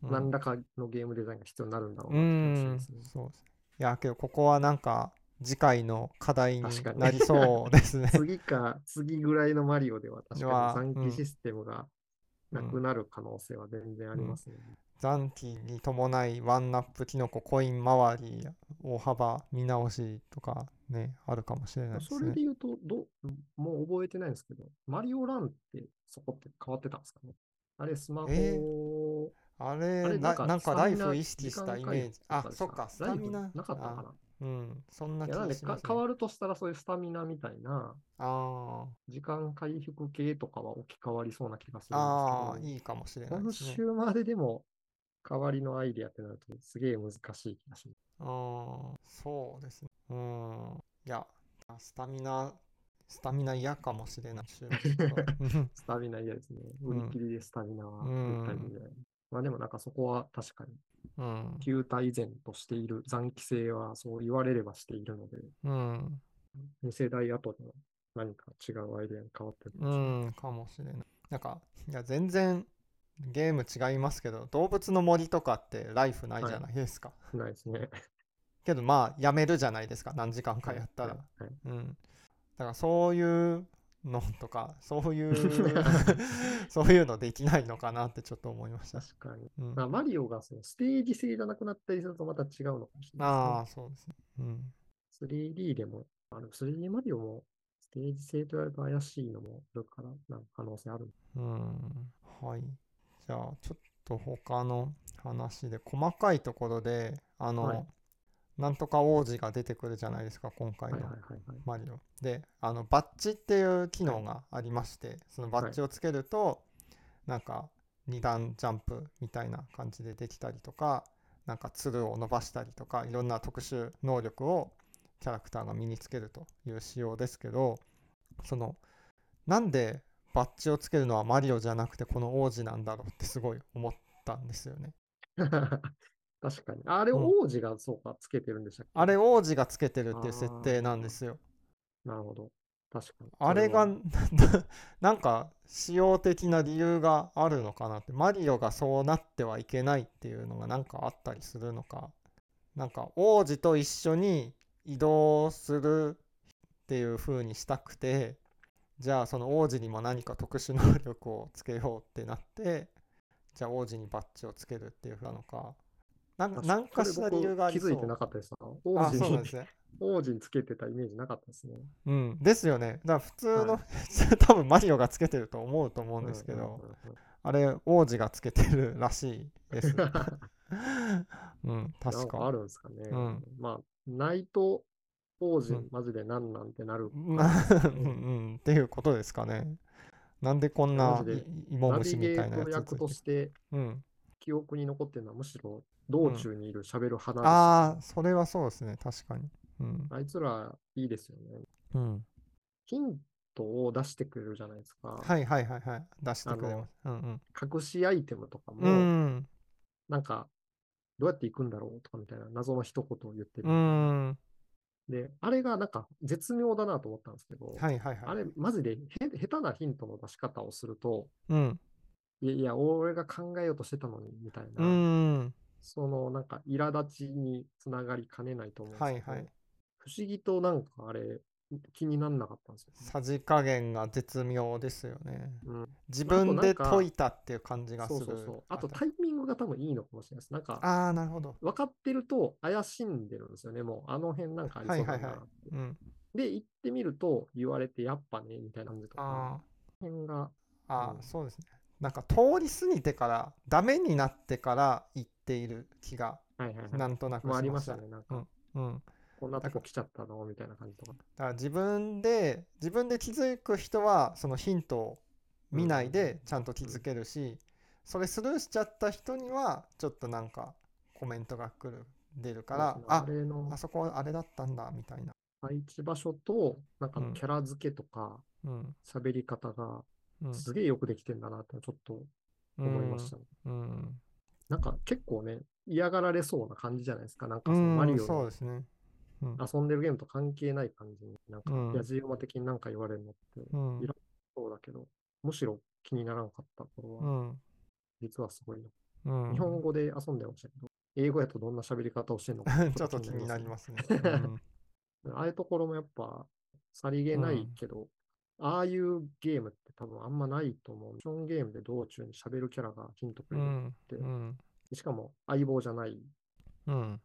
[SPEAKER 1] うん
[SPEAKER 2] 何らかのゲームデザインが必要になるんだろ
[SPEAKER 1] う
[SPEAKER 2] うなって気
[SPEAKER 1] ん
[SPEAKER 2] がしますね。
[SPEAKER 1] そうですいやけどここはなんか次回の課題に
[SPEAKER 2] 確かに
[SPEAKER 1] なりそうですね
[SPEAKER 2] <laughs> 次か、次ぐらいのマリオでは確
[SPEAKER 1] は
[SPEAKER 2] かに
[SPEAKER 1] う
[SPEAKER 2] 残
[SPEAKER 1] ん
[SPEAKER 2] 機システムがなくなる可能性は全然ありますね。
[SPEAKER 1] 残機に伴いワンナップキノココイン周り大幅見直しとかねあるかもしれないで
[SPEAKER 2] そ
[SPEAKER 1] す
[SPEAKER 2] れ
[SPEAKER 1] ね
[SPEAKER 2] で言うとどう、もう覚えてないんですけど、マリオランってそこって変わってたんですかねあれ、スマホ、
[SPEAKER 1] えあれ
[SPEAKER 2] あれ
[SPEAKER 1] ななんかライ
[SPEAKER 2] スタミ
[SPEAKER 1] フ
[SPEAKER 2] ナ
[SPEAKER 1] 意識したイメージ
[SPEAKER 2] 時間
[SPEAKER 1] あ
[SPEAKER 2] 回復とでし
[SPEAKER 1] そ
[SPEAKER 2] た
[SPEAKER 1] っかスタミナ
[SPEAKER 2] ライフなかったかな
[SPEAKER 1] あうんそんない気
[SPEAKER 2] や、なん
[SPEAKER 1] が
[SPEAKER 2] で
[SPEAKER 1] しま
[SPEAKER 2] か
[SPEAKER 1] す、
[SPEAKER 2] 変
[SPEAKER 1] ね、
[SPEAKER 2] わるとしたら、そういうスタミナみたいな、
[SPEAKER 1] あ
[SPEAKER 2] 時間回復系とかは置き換わりそうな気がす
[SPEAKER 1] ー
[SPEAKER 2] る
[SPEAKER 1] あ
[SPEAKER 2] ん
[SPEAKER 1] ー
[SPEAKER 2] です
[SPEAKER 1] いいかもしれ
[SPEAKER 2] けど、
[SPEAKER 1] ない
[SPEAKER 2] 今
[SPEAKER 1] ですね
[SPEAKER 2] 週まででも、代わりのアイディアってなると、すげえ難しい気がしま
[SPEAKER 1] あーそうですねうんいやスタミナスタミナ嫌かもしれない週末はうん
[SPEAKER 2] す。スタミナ嫌ですね。売り切りでスタミナは
[SPEAKER 1] うん
[SPEAKER 2] 絶対無理だよねまあでもなんかそこは確かに、
[SPEAKER 1] うん
[SPEAKER 2] 球体依然としている残機性はそう言われればしているので、
[SPEAKER 1] うん
[SPEAKER 2] 2世代後でも何か違うアイディアに変わってるかもしれない。
[SPEAKER 1] うん、かもしれない。なんか、いや、全然ゲーム違いますけど、動物の森とかってライフないじゃないですか。
[SPEAKER 2] ないですね。
[SPEAKER 1] けど、まあ、やめるじゃないですか、何時間かやったら。
[SPEAKER 2] <laughs> はい。はい
[SPEAKER 1] うん。だから、そういうのと
[SPEAKER 2] <laughs>
[SPEAKER 1] か、そういう、そういうのできないのかなってちょっと思いました。
[SPEAKER 2] 確かに。
[SPEAKER 1] うん、
[SPEAKER 2] まあ、マリオがそのステージ性じゃなくなったりするとまた違うのかもしれ
[SPEAKER 1] あ
[SPEAKER 2] な
[SPEAKER 1] あ、そうですね。うん。
[SPEAKER 2] いですね。3D でも、あの 3D マリオもステージ性と言われると怪しいのもあるから、なんか可能性ある。
[SPEAKER 1] うんはい。じゃあ、ちょっと他の話で、細かいところで、あの、
[SPEAKER 2] はい
[SPEAKER 1] なんとか王子が出てくるじゃないですか、今回
[SPEAKER 2] はいはい
[SPEAKER 1] の
[SPEAKER 2] はいはい。
[SPEAKER 1] マリオ。で、あの、バッジっていう機能がありまして、そのバッジをつけると、なんか、二段ジャンプみたいな感じでできたりとか、なんか、鶴を伸ばしたりとか、いろんな特殊能力をキャラクターが身につけるという仕様ですけど、その、なんでバッジをつけるのはマリオじゃなくてこの王子なんだろうってすごい思ったんですよね。
[SPEAKER 2] <laughs> 確かに。ああれ、
[SPEAKER 1] うん
[SPEAKER 2] 王子がそうか、つけてるんでしたっけ
[SPEAKER 1] あれ王子がつけてるっていう設定なんですよ。
[SPEAKER 2] なるほど。確かに。
[SPEAKER 1] あれが
[SPEAKER 2] そは
[SPEAKER 1] <laughs> なんか使用的な理由があるのかなってマリオがそうなってはいけないっていうのがなんかあったりするのかなんか王子と一緒に移動するっていう風にしたくてじゃあその王子にも何か特殊能力をつけようってなってじゃあ王子にバッジをつけるっていう風なのかなんか
[SPEAKER 2] 確
[SPEAKER 1] なんか
[SPEAKER 2] それ
[SPEAKER 1] した理由がありそ
[SPEAKER 2] 僕
[SPEAKER 1] う
[SPEAKER 2] 気づいてなかったですか王
[SPEAKER 1] あ
[SPEAKER 2] 子
[SPEAKER 1] そうなん
[SPEAKER 2] に
[SPEAKER 1] で、すね
[SPEAKER 2] 王子につけてたイメージなかったですね。
[SPEAKER 1] うん、ですよね。だから普通の、
[SPEAKER 2] は
[SPEAKER 1] 多分マリオがつけてると思うと思うんですけど、
[SPEAKER 2] うんうんうんうん
[SPEAKER 1] あれ、王子がつけてるらしい
[SPEAKER 2] <laughs>
[SPEAKER 1] です。うん、
[SPEAKER 2] な
[SPEAKER 1] 確
[SPEAKER 2] んかあ
[SPEAKER 1] か。
[SPEAKER 2] るんですかね。
[SPEAKER 1] うん
[SPEAKER 2] まあ、ないと王子、
[SPEAKER 1] うん
[SPEAKER 2] マジで何なんてなる。
[SPEAKER 1] な <laughs> うん、うん、っていうことですかね。なんでこんな
[SPEAKER 2] マジで
[SPEAKER 1] い芋
[SPEAKER 2] ナ
[SPEAKER 1] 虫
[SPEAKER 2] ビゲ
[SPEAKER 1] みたい
[SPEAKER 2] ー
[SPEAKER 1] な
[SPEAKER 2] ト
[SPEAKER 1] や
[SPEAKER 2] の
[SPEAKER 1] つつ
[SPEAKER 2] 役と
[SPEAKER 1] いて
[SPEAKER 2] して
[SPEAKER 1] うん、
[SPEAKER 2] 記憶に残ってるのはむしろ道中にいる喋る花です、
[SPEAKER 1] ああ、それはそうですね、確かに。うん。
[SPEAKER 2] あいつらいいですよね。
[SPEAKER 1] うん、
[SPEAKER 2] ヒントを出してくれるじゃないですか。
[SPEAKER 1] はいはいはいはい。出してくれ
[SPEAKER 2] あ
[SPEAKER 1] ま
[SPEAKER 2] の
[SPEAKER 1] す。うん
[SPEAKER 2] 隠しアイテムとかも、
[SPEAKER 1] うん。
[SPEAKER 2] なんか、どうやって行くんだろうとかみたいな謎の一言を言ってる。
[SPEAKER 1] うん。うん。
[SPEAKER 2] で、あれがなんか絶妙だなと思ったんですけど、
[SPEAKER 1] はいはい
[SPEAKER 2] あ
[SPEAKER 1] はい。
[SPEAKER 2] れマジでへ下手なヒントの出し方をすると、
[SPEAKER 1] うん。
[SPEAKER 2] いやいや、俺が考えようとしてたのにみたいな、
[SPEAKER 1] うん。
[SPEAKER 2] そのなんか苛立ちにつながりかねないと思うんですけど、
[SPEAKER 1] はいはい
[SPEAKER 2] 不思議となんかあれ気になんなかったんですよね。
[SPEAKER 1] さじ加減が絶妙ですよね。
[SPEAKER 2] うん、
[SPEAKER 1] 自分
[SPEAKER 2] な
[SPEAKER 1] で
[SPEAKER 2] んか
[SPEAKER 1] 解いたっていう感じがする。
[SPEAKER 2] そうそうそう。あと
[SPEAKER 1] た
[SPEAKER 2] タイミングが多分いいのかもしれないです。なんか
[SPEAKER 1] ああ、なるほど。
[SPEAKER 2] 分かってると怪しんでるんですよね。もうあの辺なんかありそうだな。
[SPEAKER 1] はいはいはうん。
[SPEAKER 2] で、行ってみると言われてやっぱね、みたいな感じとか、
[SPEAKER 1] あ
[SPEAKER 2] この辺が、
[SPEAKER 1] ーあー、
[SPEAKER 2] うん
[SPEAKER 1] そうですね。なんか通り過ぎてから、ダメになってから行っている気が、
[SPEAKER 2] はいはいはい。
[SPEAKER 1] なんとなく
[SPEAKER 2] もうあ
[SPEAKER 1] し
[SPEAKER 2] り
[SPEAKER 1] ま
[SPEAKER 2] ま
[SPEAKER 1] し
[SPEAKER 2] したたね。なんか、
[SPEAKER 1] うん。
[SPEAKER 2] こんなとこ来ちゃったのみたいな感じとか。
[SPEAKER 1] だから自分で、自分で気づく人は、そのヒントを見ないでちゃんと気づけるし、それスルーしちゃった人には、ちょっとなんかコメントが来る、出るから、
[SPEAKER 2] あ
[SPEAKER 1] あ
[SPEAKER 2] れの
[SPEAKER 1] あそこあれだったんだ、みたいな。
[SPEAKER 2] 配置場所と、なんか
[SPEAKER 1] うん
[SPEAKER 2] キャラ付けとか、
[SPEAKER 1] うん。
[SPEAKER 2] 喋り方が
[SPEAKER 1] うん。
[SPEAKER 2] すげえよくできてんだなって、ちょっと思いましたね。
[SPEAKER 1] うん。
[SPEAKER 2] なんか結構ね、嫌がられそうな感じじゃないですか。なんか
[SPEAKER 1] う
[SPEAKER 2] そのマリオ
[SPEAKER 1] ん、そう
[SPEAKER 2] の
[SPEAKER 1] ですね。うん。
[SPEAKER 2] 遊んでるゲームと関係ない感じに、なんか
[SPEAKER 1] うん
[SPEAKER 2] 野次馬的になんか言われるのって
[SPEAKER 1] うん
[SPEAKER 2] いらそうだけど、むしろ気にならなかった頃
[SPEAKER 1] う
[SPEAKER 2] は、
[SPEAKER 1] ん。
[SPEAKER 2] 実はすごいな。
[SPEAKER 1] うん。
[SPEAKER 2] 日本語で遊んでましたけど、英語やとどんな喋り方をしてるのか
[SPEAKER 1] <laughs> ちょっと気になりますすね。うん
[SPEAKER 2] ね。ああいうところもやっぱ、さりげないけど、ああいうゲームって多分あんまないと思う。アクションゲームで道中に喋るキャラがヒントく
[SPEAKER 1] う
[SPEAKER 2] れる。
[SPEAKER 1] ん。うん。
[SPEAKER 2] しかも相棒じゃない。
[SPEAKER 1] うん。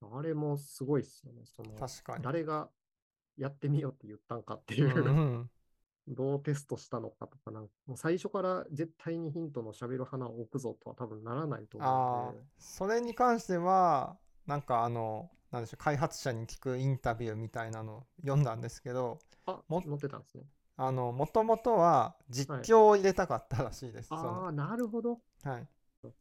[SPEAKER 2] あれもすごいっすよね。その
[SPEAKER 1] 確かに。
[SPEAKER 2] 誰がやってみようって言ったんかっていうう、
[SPEAKER 1] ん。
[SPEAKER 2] <laughs> どうテストしたのかとか、なんかもう最初から絶対にヒントの喋る花を置くぞとは多分ならないと思
[SPEAKER 1] ああ
[SPEAKER 2] うんで、、
[SPEAKER 1] それに関しては、なんかあの、なんでしょう、開発者に聞くインタビューみたいなのを読んだんですけど、
[SPEAKER 2] あ、
[SPEAKER 1] も
[SPEAKER 2] 載ってたんですね。
[SPEAKER 1] あの、もともとは実況を入れたかったらしいです。その
[SPEAKER 2] ああ、なるほど。
[SPEAKER 1] はい。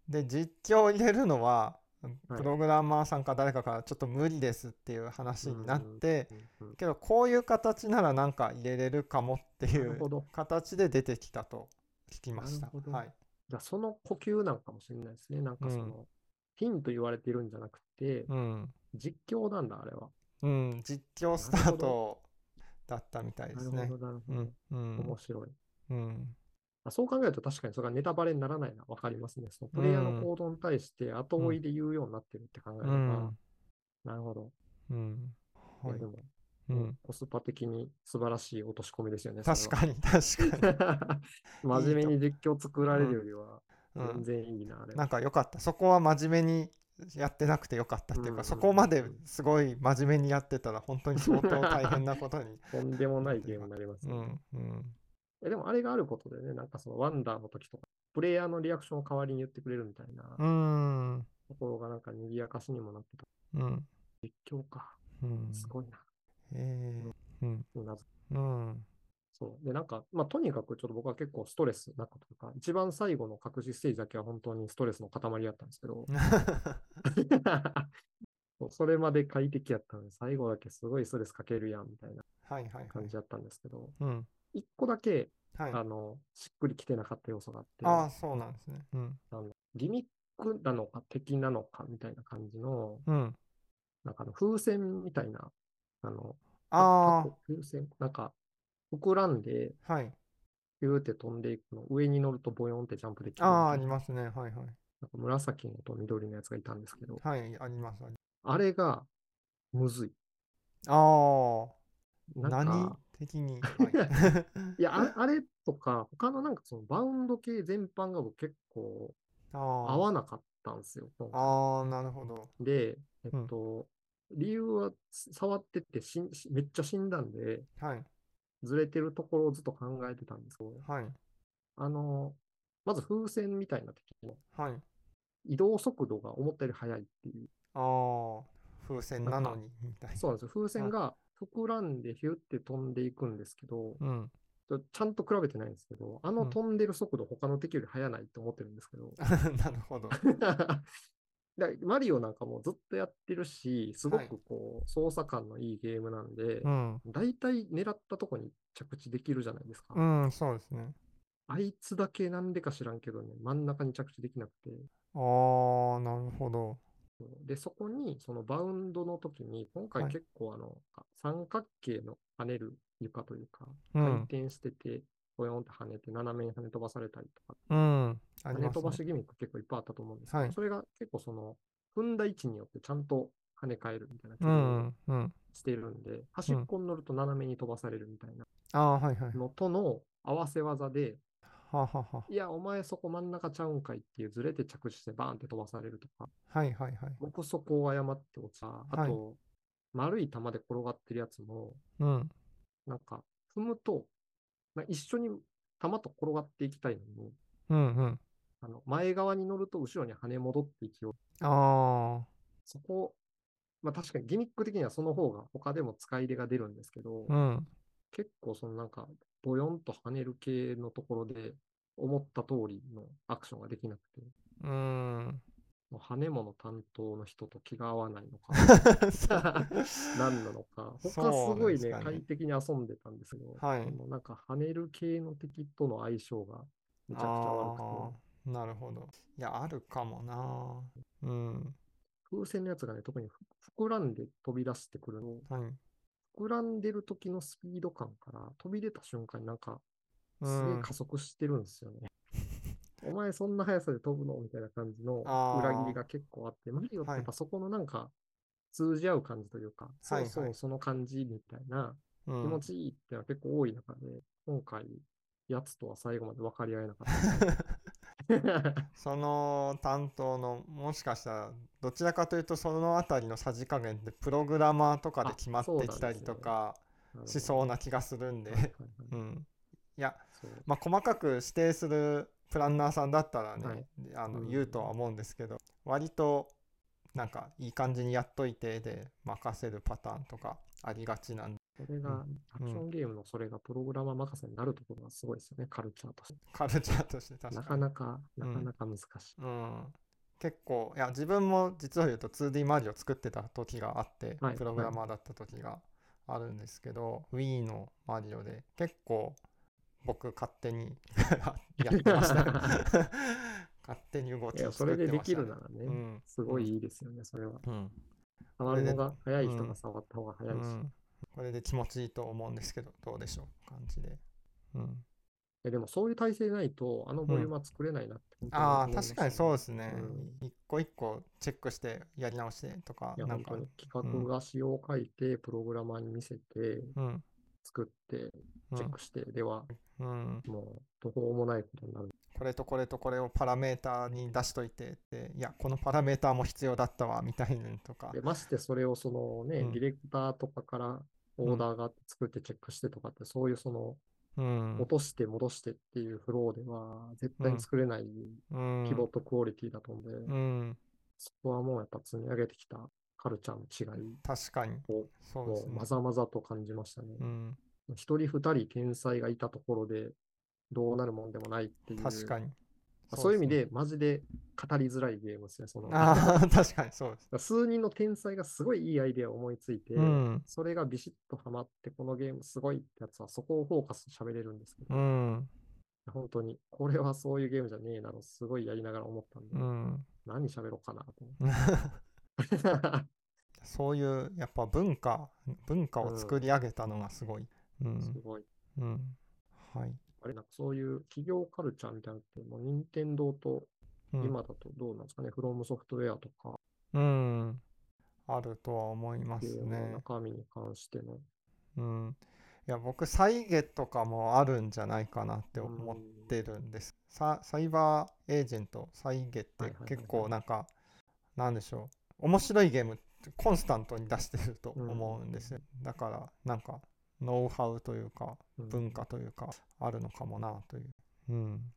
[SPEAKER 1] で、実況を入れるのは、
[SPEAKER 2] はい
[SPEAKER 1] プログラマーさんか誰かからちょっと無理ですっていう話になって、
[SPEAKER 2] うんうん
[SPEAKER 1] けどこういう形ならなんか入れれるかもってい
[SPEAKER 2] なる
[SPEAKER 1] う
[SPEAKER 2] ほど。
[SPEAKER 1] 形で出てきたと聞きまし
[SPEAKER 2] なるほ
[SPEAKER 1] た。
[SPEAKER 2] ど
[SPEAKER 1] はい。
[SPEAKER 2] じゃあその呼吸なんかもしれないですね。なんかその、
[SPEAKER 1] うん
[SPEAKER 2] ヒント言われてるんじゃなくて、
[SPEAKER 1] うん。
[SPEAKER 2] 実況なんだ、あれは。
[SPEAKER 1] うん、実況スタートだったみたいで
[SPEAKER 2] な
[SPEAKER 1] す
[SPEAKER 2] る
[SPEAKER 1] ね
[SPEAKER 2] ほ。ど、なる
[SPEAKER 1] う
[SPEAKER 2] ほど。
[SPEAKER 1] ん、うん
[SPEAKER 2] 面、白い。
[SPEAKER 1] うん、
[SPEAKER 2] あそう考えると確かにそれがネタバレにならないのは分かりますね。そのプレイヤー
[SPEAKER 1] う
[SPEAKER 2] の
[SPEAKER 1] ん
[SPEAKER 2] 行動に対して後追いで言うようになってるって考えれ
[SPEAKER 1] う
[SPEAKER 2] ば、
[SPEAKER 1] ん、
[SPEAKER 2] なるほど。
[SPEAKER 1] うん、
[SPEAKER 2] いや
[SPEAKER 1] はい
[SPEAKER 2] で、も、
[SPEAKER 1] うん、
[SPEAKER 2] コスパ的に素晴らしい落とし込みですよね。
[SPEAKER 1] 確かに、確かに、
[SPEAKER 2] に。 <laughs> 真面目に実況作られるよりは
[SPEAKER 1] う
[SPEAKER 2] 全
[SPEAKER 1] ん、
[SPEAKER 2] 然いいな、あれは。
[SPEAKER 1] なんか良かった。そこは真面目にやってなくて良かったっていう
[SPEAKER 2] うん
[SPEAKER 1] か、そこまですごい真面目にやってたら、本当に相当大変なことに。
[SPEAKER 2] とんでもないゲームになります
[SPEAKER 1] う
[SPEAKER 2] ね。
[SPEAKER 1] ん、うん、
[SPEAKER 2] えでもあれがあることでね、なんかそのワンダーの時とか、プレイヤーのリアクションを代わりに言ってくれるみたいな
[SPEAKER 1] うん、
[SPEAKER 2] ところがなんか賑やかしにもなってた。
[SPEAKER 1] うん、
[SPEAKER 2] 実況か。
[SPEAKER 1] うん、
[SPEAKER 2] すごいな。
[SPEAKER 1] えーうん、
[SPEAKER 2] うなず
[SPEAKER 1] <laughs> うん、
[SPEAKER 2] そう。で、なんか、まあとにかくちょっと僕は結構ストレスなくというか、一番最後の隠しステージだけは本当にストレスの塊だったんですけど、
[SPEAKER 1] <laughs>
[SPEAKER 2] そうそれまで快適やったので、最後だけすごいストレスかけるやんみたいな
[SPEAKER 1] はい、はい、はい
[SPEAKER 2] 感じ、だったんですけど、
[SPEAKER 1] うん、
[SPEAKER 2] 一個だけ、
[SPEAKER 1] はい。
[SPEAKER 2] あの、しっくりきてなかった要素があって、
[SPEAKER 1] ああ、そうなんですね。うん、
[SPEAKER 2] ギミックなのか敵なのかみたいな感じの、
[SPEAKER 1] うん。
[SPEAKER 2] なんかあの風船みたいな、あの、
[SPEAKER 1] あ
[SPEAKER 2] た風船、なんか、膨らんで、
[SPEAKER 1] あ、はい。
[SPEAKER 2] ピューって飛んでいくの、上に乗るとボヨンってジャンプできる
[SPEAKER 1] あ
[SPEAKER 2] みたいな。
[SPEAKER 1] あ、ありますね。はいはい。
[SPEAKER 2] なんか紫のと緑のやつがいたんですけど、
[SPEAKER 1] はい、あります。あり
[SPEAKER 2] あれが、むずい。
[SPEAKER 1] あー、
[SPEAKER 2] なん
[SPEAKER 1] 何
[SPEAKER 2] か、
[SPEAKER 1] 的 <laughs> に。はい
[SPEAKER 2] や、ああれとか、他のなんかそのバウンド系全般が僕結構
[SPEAKER 1] あ
[SPEAKER 2] 合
[SPEAKER 1] ー
[SPEAKER 2] わなかったんですよ。今回
[SPEAKER 1] あー、なるほど。
[SPEAKER 2] で、え
[SPEAKER 1] うん
[SPEAKER 2] っと、理由は触っててしんしめっちゃ死んだんで、
[SPEAKER 1] はい、
[SPEAKER 2] ずれてるところをずっと考えてたんですけど、
[SPEAKER 1] はい、
[SPEAKER 2] あの、まず風船みたいな敵の
[SPEAKER 1] はい。
[SPEAKER 2] 移動速度が思ったより速いっていう。
[SPEAKER 1] ああ、風船なのに、みたいな。
[SPEAKER 2] そうなんですよ。風
[SPEAKER 1] は
[SPEAKER 2] 船
[SPEAKER 1] い
[SPEAKER 2] が膨らんでヒュって飛んでいくんですけど、
[SPEAKER 1] <laughs> うん。
[SPEAKER 2] ちょちゃんと比べてないんですけど、あ
[SPEAKER 1] う
[SPEAKER 2] の
[SPEAKER 1] ん
[SPEAKER 2] 飛んでる速度他の敵より速ないと思ってるんですけど、
[SPEAKER 1] なる <laughs> ほど。
[SPEAKER 2] だ <laughs> からマリオなんかもずっとやってるし、すご
[SPEAKER 1] はい
[SPEAKER 2] くこう、操作感のいいゲームなんで
[SPEAKER 1] う、ん。
[SPEAKER 2] 大体狙ったとこに着地できるじゃないですか。
[SPEAKER 1] うん、そうですね。
[SPEAKER 2] あいつだけなんでか知らんけどね、真ん中に着地できなくて。
[SPEAKER 1] ああ、なるほど。
[SPEAKER 2] で、そこに、そのバウンドの時に、今回
[SPEAKER 1] はい
[SPEAKER 2] 結構あの、三角形の跳ねる床というか、
[SPEAKER 1] う
[SPEAKER 2] 回
[SPEAKER 1] ん、
[SPEAKER 2] 転してて、ボヨンって跳ねて、斜めに跳ね飛ばされたりとか、
[SPEAKER 1] うん。あ
[SPEAKER 2] 跳
[SPEAKER 1] り
[SPEAKER 2] ね
[SPEAKER 1] ま
[SPEAKER 2] 飛ば
[SPEAKER 1] す
[SPEAKER 2] し
[SPEAKER 1] ね。
[SPEAKER 2] ギミック結構いっぱいあったと思うんですけど、
[SPEAKER 1] はい
[SPEAKER 2] それが結構その、踏んだ位置によってちゃんと跳ね返るみたいな
[SPEAKER 1] う
[SPEAKER 2] 感
[SPEAKER 1] ん、うん。
[SPEAKER 2] じしてるんで、端っこに乗ると斜めに飛ばされるみたいな
[SPEAKER 1] ああ、はいはい。
[SPEAKER 2] のとの合わせ技で、
[SPEAKER 1] ははは。
[SPEAKER 2] いや、お前そこ真ん中ちゃうんかいっていうずれて着地してバーンって飛ばされるとか、
[SPEAKER 1] はいはいはい。
[SPEAKER 2] 僕そこを誤って落ちた。あ
[SPEAKER 1] はい
[SPEAKER 2] と、丸い球で転がってるやつも、
[SPEAKER 1] うん。
[SPEAKER 2] なんか、踏むと、まあ、一緒に球と転がっていきたいのに、
[SPEAKER 1] うん、うん。
[SPEAKER 2] あの前側に乗ると後ろに跳ね戻っていきよう。
[SPEAKER 1] あ
[SPEAKER 2] そこ、まあ確かにギミック的にはその方が他でも使い入れが出るんですけど、
[SPEAKER 1] あ、うん。
[SPEAKER 2] 結構そのなんか、ボヨンと跳ねる系のところで、思った通りのアクションができなくて、
[SPEAKER 1] <laughs> うん。
[SPEAKER 2] もう跳ね物担当の人と気が合わないのか、何なのか、他す
[SPEAKER 1] そう
[SPEAKER 2] ごい
[SPEAKER 1] です
[SPEAKER 2] ね、
[SPEAKER 1] かね
[SPEAKER 2] 快適に遊んでたんですけど、
[SPEAKER 1] はい
[SPEAKER 2] そのなんか跳ねる系の敵との相性がめちゃくちゃ悪くて、
[SPEAKER 1] ああなるほど。いや、あるかもな。うん。
[SPEAKER 2] 風船のやつがね、特にふ膨らんで飛び出してくるの。
[SPEAKER 1] はい。
[SPEAKER 2] 膨らんでる時のスピード感から飛び出た瞬間になんか、
[SPEAKER 1] う
[SPEAKER 2] すげえ
[SPEAKER 1] ん
[SPEAKER 2] 加。速してるんです
[SPEAKER 1] <laughs>
[SPEAKER 2] よね。お前そんな速さで飛ぶのみたいな感じの
[SPEAKER 1] あー
[SPEAKER 2] 裏切りが結構あって、マリオってやっぱそこのなんか通じ合う感じというか、
[SPEAKER 1] はい
[SPEAKER 2] そう
[SPEAKER 1] は
[SPEAKER 2] そう
[SPEAKER 1] い
[SPEAKER 2] その感じみたいな
[SPEAKER 1] う
[SPEAKER 2] 気持
[SPEAKER 1] ん、
[SPEAKER 2] ちいいってのは結構多い中で、今回やつとは最後まで分かり合えな
[SPEAKER 1] <laughs>
[SPEAKER 2] かった。
[SPEAKER 1] その担当の、もしかしたら、どちらかというと、そのあたりのさじ加減って、プログラマーとかで決まってきたりとかしそうな気がするん
[SPEAKER 2] はいは
[SPEAKER 1] で。
[SPEAKER 2] いはい
[SPEAKER 1] うん。いや、
[SPEAKER 2] そう
[SPEAKER 1] まあ、細かく指定するプランナーさんだったらね、
[SPEAKER 2] はい
[SPEAKER 1] あの
[SPEAKER 2] うん
[SPEAKER 1] 言うとは思うんですけど、割となんかいい感じにやっといてで任せるパターンとかありがちなんで <laughs>
[SPEAKER 2] それが、アクションゲームのそれがプログラマー任せになるところがすごいですよね、カルチャーとして。
[SPEAKER 1] カルチャーとして確
[SPEAKER 2] な
[SPEAKER 1] か
[SPEAKER 2] か
[SPEAKER 1] に、
[SPEAKER 2] なか、
[SPEAKER 1] う
[SPEAKER 2] なんかなか難しい。
[SPEAKER 1] うん、結構いや自分も実を言うと 2D マリオ作ってた時があって、
[SPEAKER 2] はい
[SPEAKER 1] プログラマーだった時があるんですけど、Wii のマリオで結構僕勝手に <laughs> やって
[SPEAKER 2] <laughs>
[SPEAKER 1] ました勝手に動
[SPEAKER 2] い
[SPEAKER 1] き
[SPEAKER 2] や、
[SPEAKER 1] を
[SPEAKER 2] そ
[SPEAKER 1] 作
[SPEAKER 2] れ
[SPEAKER 1] ってましたね、
[SPEAKER 2] でできるならね、
[SPEAKER 1] うん
[SPEAKER 2] すごいいいですよね、それは。
[SPEAKER 1] うん
[SPEAKER 2] 触るの
[SPEAKER 1] これ
[SPEAKER 2] が早い人
[SPEAKER 1] うん
[SPEAKER 2] が触った方が早いし、
[SPEAKER 1] うん、これで気持ちいいと思うんですけどどうでしょう感じで、うん、
[SPEAKER 2] えでもそういう体制ないと、あのボリュームは作れないなって、
[SPEAKER 1] ああ確かにそう
[SPEAKER 2] う
[SPEAKER 1] ですね、一個一個チェックしてやり直してとか
[SPEAKER 2] いや
[SPEAKER 1] なん
[SPEAKER 2] 本
[SPEAKER 1] か
[SPEAKER 2] 当に企画が仕様を書いて、プログラマーに見せて、
[SPEAKER 1] うん
[SPEAKER 2] 作って、
[SPEAKER 1] う
[SPEAKER 2] チェッ
[SPEAKER 1] ん
[SPEAKER 2] クして、では、
[SPEAKER 1] うん、
[SPEAKER 2] もう、途方もないことになる。
[SPEAKER 1] これとこれとこれをパラメーターに出しといてっていやこのパラメーターも必要だったわみたいなのとか
[SPEAKER 2] でまして、それをそのね、
[SPEAKER 1] うん
[SPEAKER 2] ディレクターとかからオーダーがあって作ってチェックしてとかって、そういうその、
[SPEAKER 1] うん
[SPEAKER 2] 落として戻してっていうフローでは、絶対に作れない
[SPEAKER 1] うん
[SPEAKER 2] 規模とクオリティだと思うんで、
[SPEAKER 1] うん
[SPEAKER 2] そこはもうやっぱ積み上げてきたカルチャーの違い
[SPEAKER 1] 確かに
[SPEAKER 2] を
[SPEAKER 1] そうで
[SPEAKER 2] も
[SPEAKER 1] す
[SPEAKER 2] う
[SPEAKER 1] ね
[SPEAKER 2] まざまざと感じましたね。
[SPEAKER 1] うん
[SPEAKER 2] 一、人二人天才がいたところでどうなるもんでもないっていう。
[SPEAKER 1] 確か
[SPEAKER 2] に。
[SPEAKER 1] に
[SPEAKER 2] そういう意味
[SPEAKER 1] で
[SPEAKER 2] で、マジで語りづらいゲームですね。その <laughs>
[SPEAKER 1] すねああ確かにそうです
[SPEAKER 2] 数人の天才がすごいいいアイデアを思いついて、
[SPEAKER 1] うん
[SPEAKER 2] それがビシッとハマって、このゲームすごいってやつは、そこをフォーカスして喋れるんですけど、
[SPEAKER 1] うん
[SPEAKER 2] 本当に、これはそういうゲームじゃねえなの、すごいやりながら思ったんで、
[SPEAKER 1] うん <laughs>
[SPEAKER 2] 何喋ろうかなと思って。
[SPEAKER 1] そういうやっぱ文化文化を作り上げたのがすごい。う
[SPEAKER 2] <laughs> す
[SPEAKER 1] ん、
[SPEAKER 2] ごい。
[SPEAKER 1] うん、はい。
[SPEAKER 2] あれなんかそういう企業カルチャーみたいなのって、もう任天堂と
[SPEAKER 1] うん、
[SPEAKER 2] 今だとどうなんですかね、フロムソフトウェアとか
[SPEAKER 1] うん、あるとは思いま
[SPEAKER 2] ゲ
[SPEAKER 1] す
[SPEAKER 2] ームの
[SPEAKER 1] ね。
[SPEAKER 2] 中身に関しての。
[SPEAKER 1] うん、いや僕再現とかもあるんじゃないかなって思っ
[SPEAKER 2] って
[SPEAKER 1] るんです。ササイバーエージェント再現っ
[SPEAKER 2] は
[SPEAKER 1] て
[SPEAKER 2] いはいはい
[SPEAKER 1] 結構なんかなんでしょう面白いゲームってコンスタントに出してると思うんですよ。だからなんかノウハウというか文化というかあるのかもなという。うん。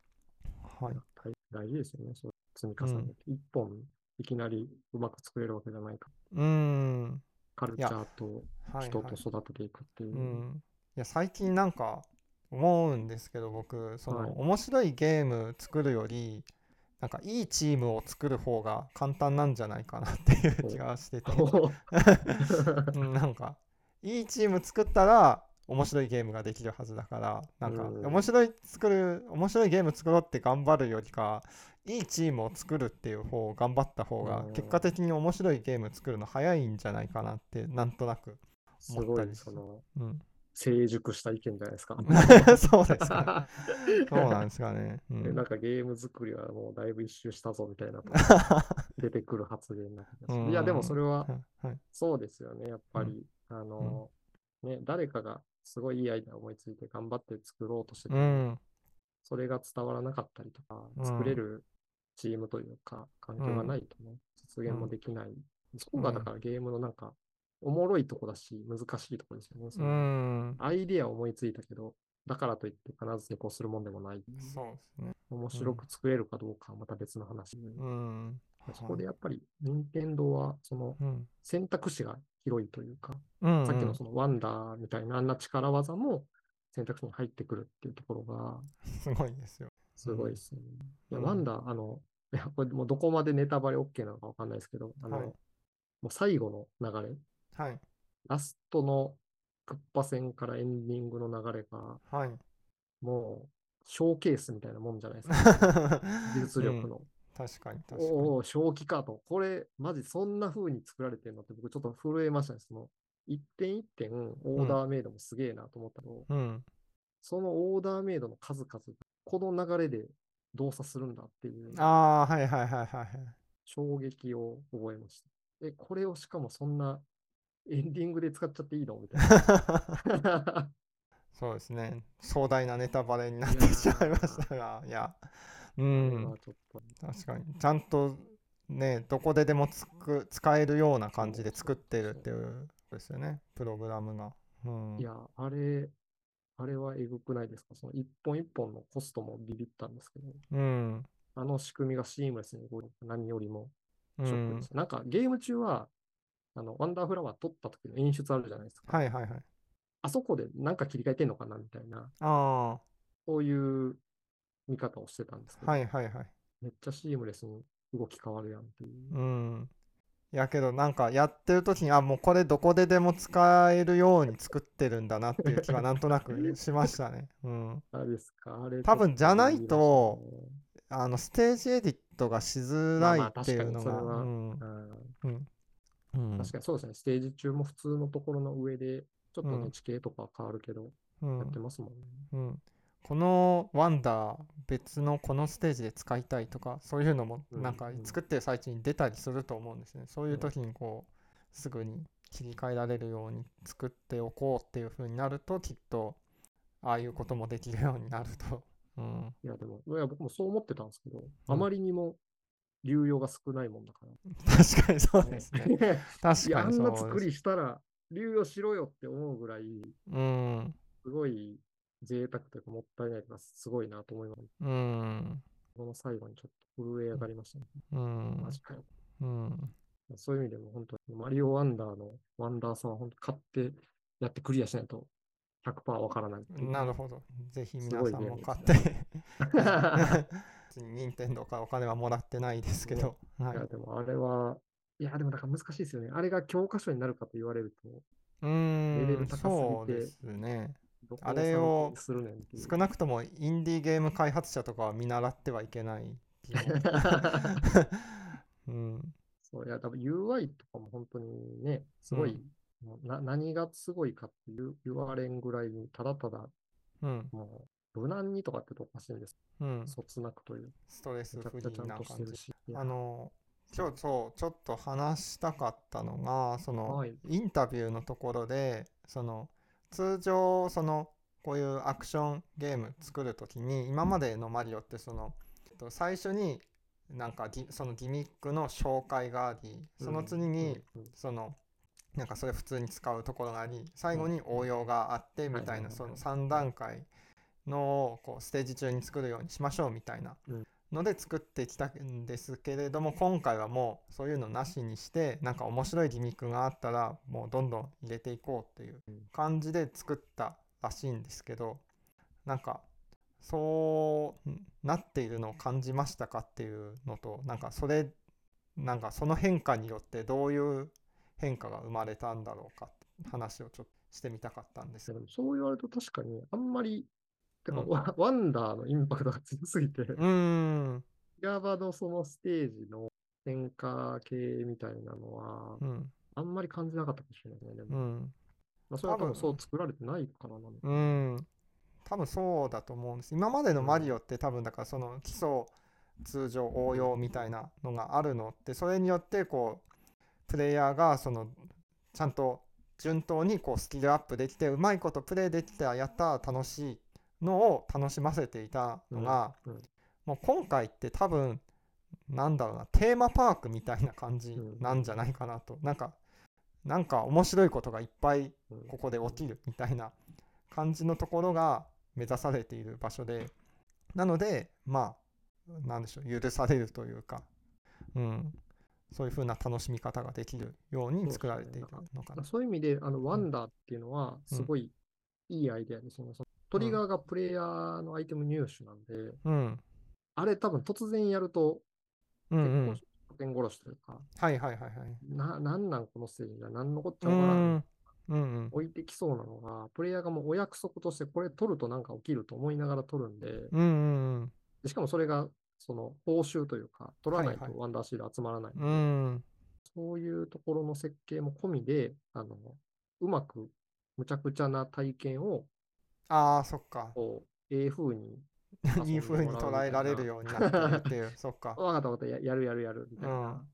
[SPEAKER 1] はい。
[SPEAKER 2] 大大事ですよね、そう積み重ね。一、本いきなりうまく作れるわけじゃないから
[SPEAKER 1] うーん。
[SPEAKER 2] カルチャーと
[SPEAKER 1] はい、
[SPEAKER 2] 人
[SPEAKER 1] は
[SPEAKER 2] と
[SPEAKER 1] い。
[SPEAKER 2] 育てていくっていうう。 <laughs>
[SPEAKER 1] ん。 <laughs> いや最近なんか思うんですけど僕その、
[SPEAKER 2] はい
[SPEAKER 1] 面白いゲーム作るよりなんかいいチームを作る方が簡単なんじゃないかなっていう気がして
[SPEAKER 2] <laughs>
[SPEAKER 1] て、うん、なんかいいチーム作ったら面白いゲームができるはずだからなんか
[SPEAKER 2] うん
[SPEAKER 1] 面白い作る面白いゲーム作ろうって頑張るよりかいいチームを作るっていう方を頑張った方が
[SPEAKER 2] うん
[SPEAKER 1] 結果的に面白いゲーム作るの早いんじゃないかなってなんとなく、
[SPEAKER 2] すごい、その、 <laughs>
[SPEAKER 1] うん、 <laughs>
[SPEAKER 2] 成熟した意見じゃないですか。
[SPEAKER 1] そうですか
[SPEAKER 2] <laughs>
[SPEAKER 1] ねそうなんですかね、う
[SPEAKER 2] で
[SPEAKER 1] ん
[SPEAKER 2] なんかゲーム作りはもうだいぶ一周したぞみたいな
[SPEAKER 1] <laughs>
[SPEAKER 2] 出てくる発言な気がするいやでもそれは
[SPEAKER 1] はい、
[SPEAKER 2] そうですよねやっぱり、あの、ね誰かがすごいいいアイデアを思いついて頑張って作ろうとしてて、
[SPEAKER 1] うん
[SPEAKER 2] それが伝わらなかったりとか
[SPEAKER 1] うん
[SPEAKER 2] 作れるチームというか環境がないとね、実現もできない、そこがだからゲームのなんかおもろいとこだし難しいとこですよね、そうの
[SPEAKER 1] ん
[SPEAKER 2] アイデアを思いついたけどだからといって必ず成功するもんでもない
[SPEAKER 1] そうですね
[SPEAKER 2] 面白く作れるかどうかはまた別の話。
[SPEAKER 1] うん
[SPEAKER 2] そこでやっぱり、任天堂は、その
[SPEAKER 1] うん
[SPEAKER 2] 選択肢が広いというか、
[SPEAKER 1] うん
[SPEAKER 2] さっきのそのワンダーみたいな、あんな力技も選択肢に入ってくるっていうところが、
[SPEAKER 1] すごいですよ
[SPEAKER 2] すごいですよね。いや、
[SPEAKER 1] うん
[SPEAKER 2] ワンダー、あの、いや、これもうどこまでネタバレ OK なのかわかんないですけど、あの、
[SPEAKER 1] はい
[SPEAKER 2] もう最後の流れ、
[SPEAKER 1] はい
[SPEAKER 2] ラストのクッパ戦からエンディングの流れが、
[SPEAKER 1] はい
[SPEAKER 2] もショーケースみたいなもんじゃない
[SPEAKER 1] <laughs>
[SPEAKER 2] ですか。技術力
[SPEAKER 1] うん
[SPEAKER 2] の。
[SPEAKER 1] 確かに確かに。
[SPEAKER 2] おお、正気かと。これ、マジそんな風に作られてるのって僕ちょっと震えましたね。その、一点一点オーダーメイドもすげえなと思ったの、
[SPEAKER 1] うん。
[SPEAKER 2] そのオーダーメイドの数々、この流れで動作するんだっていう
[SPEAKER 1] ああ、はいはいはいはいはい。
[SPEAKER 2] 衝撃を覚えました。え、これをしかもそんなエンディングで使っちゃっていいのみたいな。
[SPEAKER 1] <laughs> そうですね。壮大なネタバレになってしまいましたが、いや、う、
[SPEAKER 2] うんちょっと
[SPEAKER 1] 確かに。ちゃんとね、どこででもつく使えるような感じで作ってるっていうことですよね、プログラムが。うん、
[SPEAKER 2] いや、あれ、あれはえぐくないですかその一本一本のコストもビビったんですけど、
[SPEAKER 1] うん、
[SPEAKER 2] あの仕組みがシームレスに動いて何よりも
[SPEAKER 1] う
[SPEAKER 2] ショックで
[SPEAKER 1] ん
[SPEAKER 2] し。た。なんかゲーム中は、あの、ワンダーフラワー撮った時の演出あるじゃないですか。
[SPEAKER 1] はいはいはい。
[SPEAKER 2] あそこでなんか切り替えてんのかなみたいな、
[SPEAKER 1] あ
[SPEAKER 2] そういう見方をしてたんです
[SPEAKER 1] あ、
[SPEAKER 2] けど、
[SPEAKER 1] はいはいはい。
[SPEAKER 2] めっちゃシームレスに動き変わるやんっていう。
[SPEAKER 1] うん。やけどなんかやってる時にあもうこれどこででも使えるように作ってるんだなっていう気はなんとなくしました
[SPEAKER 2] <laughs>
[SPEAKER 1] ね。うん、
[SPEAKER 2] あれですかあれ
[SPEAKER 1] 多分じゃないと
[SPEAKER 2] ちょっ見ま
[SPEAKER 1] あのステージエディットがしづらいっていうのが。
[SPEAKER 2] まあまあ確か
[SPEAKER 1] うん
[SPEAKER 2] にそれはしたね
[SPEAKER 1] うん
[SPEAKER 2] うん確かにそうですね。ステージ中も普通のところの上で、ちょっと
[SPEAKER 1] うん
[SPEAKER 2] ね地形とかは変わるけど、
[SPEAKER 1] うん
[SPEAKER 2] やってますもんね。
[SPEAKER 1] うんこのワンダー別のこのステージで使いたいとかそういうのも
[SPEAKER 2] うん
[SPEAKER 1] なんか
[SPEAKER 2] うん
[SPEAKER 1] 作ってる最中に出たりすると思うんですね、そういう
[SPEAKER 2] うん
[SPEAKER 1] 時にこうすぐに切り替えられるように作っておこうっていう風になるときっとああいうこともできるようになる
[SPEAKER 2] <laughs>
[SPEAKER 1] と、うん、
[SPEAKER 2] いや、でも、いや、僕もそう思ってたんですけど、あまりにも流用が少ないもんだから。
[SPEAKER 1] 確かにそうですね
[SPEAKER 2] <laughs> い
[SPEAKER 1] 確
[SPEAKER 2] や、
[SPEAKER 1] か
[SPEAKER 2] あ
[SPEAKER 1] に
[SPEAKER 2] ん
[SPEAKER 1] そう
[SPEAKER 2] な
[SPEAKER 1] です
[SPEAKER 2] 作りしたら、流用しろよって思うぐらい、
[SPEAKER 1] うん
[SPEAKER 2] すごい贅沢というか、もったいないとか、すごいなと思います。
[SPEAKER 1] うん
[SPEAKER 2] この最後にちょっと震え上がりましたね。
[SPEAKER 1] うん
[SPEAKER 2] マジかよ。
[SPEAKER 1] うん
[SPEAKER 2] そういう意味でも、本当にマリオワンダーのワンダーさんは、本当買ってやってクリアしないと100%わからないっていう。 <laughs>
[SPEAKER 1] なるほどぜひ皆
[SPEAKER 2] す
[SPEAKER 1] さ
[SPEAKER 2] ご
[SPEAKER 1] ん
[SPEAKER 2] いゲー
[SPEAKER 1] も
[SPEAKER 2] ム
[SPEAKER 1] 買っ
[SPEAKER 2] で
[SPEAKER 1] て
[SPEAKER 2] す
[SPEAKER 1] <laughs> 別に任天堂からお金はもらってないですけど、はい
[SPEAKER 2] いや、でもあれは、いや、でもなんか難しいですよね。あれが教科書になるかと言われると、
[SPEAKER 1] うーん、
[SPEAKER 2] レベル高すぎて
[SPEAKER 1] そうですね。
[SPEAKER 2] どこ
[SPEAKER 1] あれを
[SPEAKER 2] 参考にするねんっていう
[SPEAKER 1] 少なくともインディーゲーム開発者とかは見習ってはいけない気
[SPEAKER 2] <laughs>
[SPEAKER 1] も。うん、
[SPEAKER 2] そういや、多分 UI とかも本当にね、すごい、もうな何がすごいかっていう言われんぐらいに、ただただ、
[SPEAKER 1] うん、
[SPEAKER 2] もう、無難にとかって言うとおかしいんです。
[SPEAKER 1] うん、
[SPEAKER 2] そつなくという、
[SPEAKER 1] ストレス
[SPEAKER 2] めちゃ
[SPEAKER 1] フ
[SPEAKER 2] く
[SPEAKER 1] リ
[SPEAKER 2] ちゃちゃ
[SPEAKER 1] ー
[SPEAKER 2] ん
[SPEAKER 1] な
[SPEAKER 2] として
[SPEAKER 1] 感
[SPEAKER 2] る
[SPEAKER 1] じ。
[SPEAKER 2] し。いや
[SPEAKER 1] あの、今日そう、ちょっと話したかったのが、その、
[SPEAKER 2] はい
[SPEAKER 1] インタビューのところで、その、通常、その、こういうアクションゲーム作るときに、今までのマリオって、その、えっと最初に、なんかギ、そのギミックの紹介があり、その次に、、
[SPEAKER 2] うんうん
[SPEAKER 1] そのなんかそれ普通に使うところがあり最後に応用があってみたい
[SPEAKER 2] はいはいは
[SPEAKER 1] ないその3段階のをこうステージ中に作るようにしましょうみたいな
[SPEAKER 2] うん
[SPEAKER 1] ので作ってきたんですけれども今回はもうそういうのなしにしてなんか面白いギミックがあったらもうどんどん入れていこうっていう
[SPEAKER 2] うん
[SPEAKER 1] 感じで作ったらしいんですけどなんかそうんなっているのを感じましたかっていうのとなんかそれなんかその変化によってどういう変化が生まれたんだろうかって話をちょっとしてみたかったんですけ
[SPEAKER 2] で
[SPEAKER 1] ど
[SPEAKER 2] もそう言われると確かに、あんまり、てか、
[SPEAKER 1] うん
[SPEAKER 2] ワワンダーのインパクトが強すぎて、
[SPEAKER 1] うーん
[SPEAKER 2] 平場のそのステージの変化系みたいなのは
[SPEAKER 1] う、ん
[SPEAKER 2] あんまり感じなかったかもしれないですね。で
[SPEAKER 1] う
[SPEAKER 2] も、
[SPEAKER 1] ん
[SPEAKER 2] まあ、それは多
[SPEAKER 1] 多分
[SPEAKER 2] 分そう作られてないからなのか。
[SPEAKER 1] うん多分そうだと思うんです今までのマリオって多分だからその基礎通常応用みたいなのがあるのってそれによってこうプレイヤーがそのちゃんと順当にこうスキルアップできてうまいことプレイできたやったー楽しいのを楽しませていたのが、
[SPEAKER 2] うんうん
[SPEAKER 1] もう今回って多分なんだろうなテーマパークみたいな感じなんじゃないかなと、なんかなんか面白いことがいっぱい
[SPEAKER 2] うん
[SPEAKER 1] ここで起きるみたいな感じのところが目指されている場所でなのでまあなんでしょう許されるというか、うん、そういう風な楽しみ方ができるように作られているのかな。
[SPEAKER 2] そういう意味で、あの、ワンダーっていうのは、すごいいいアイデアですね。そのトリガーがプレイヤーのアイテム入手なんで、
[SPEAKER 1] うん、
[SPEAKER 2] あれ多分突然やると、
[SPEAKER 1] うん、う
[SPEAKER 2] 結構、
[SPEAKER 1] ん、
[SPEAKER 2] 拠点殺しというか、
[SPEAKER 1] はいはいはいはい。
[SPEAKER 2] な、なんなんこのステージが何のこっちゃ
[SPEAKER 1] う
[SPEAKER 2] わからん。
[SPEAKER 1] ん、うんうん。
[SPEAKER 2] 置いてきそうなのが、プレイヤーがもうお約束としてこれ取るとなんか起きると思いながら取るんで、
[SPEAKER 1] うんうん
[SPEAKER 2] でしかもそれがその報酬というか、取らな
[SPEAKER 1] は
[SPEAKER 2] い
[SPEAKER 1] い
[SPEAKER 2] と
[SPEAKER 1] はい
[SPEAKER 2] ワンダーシール集まらない。
[SPEAKER 1] うん。うん。
[SPEAKER 2] そういうところの設計も込みで、あのうまくむちゃくちゃな体験を
[SPEAKER 1] ああ、そっか。
[SPEAKER 2] こう、ええ風に、
[SPEAKER 1] <laughs> いい風に捉えられるようになってるっていう。そっか。
[SPEAKER 2] <laughs> わかったわかったや、やるやるやるみたいな
[SPEAKER 1] う、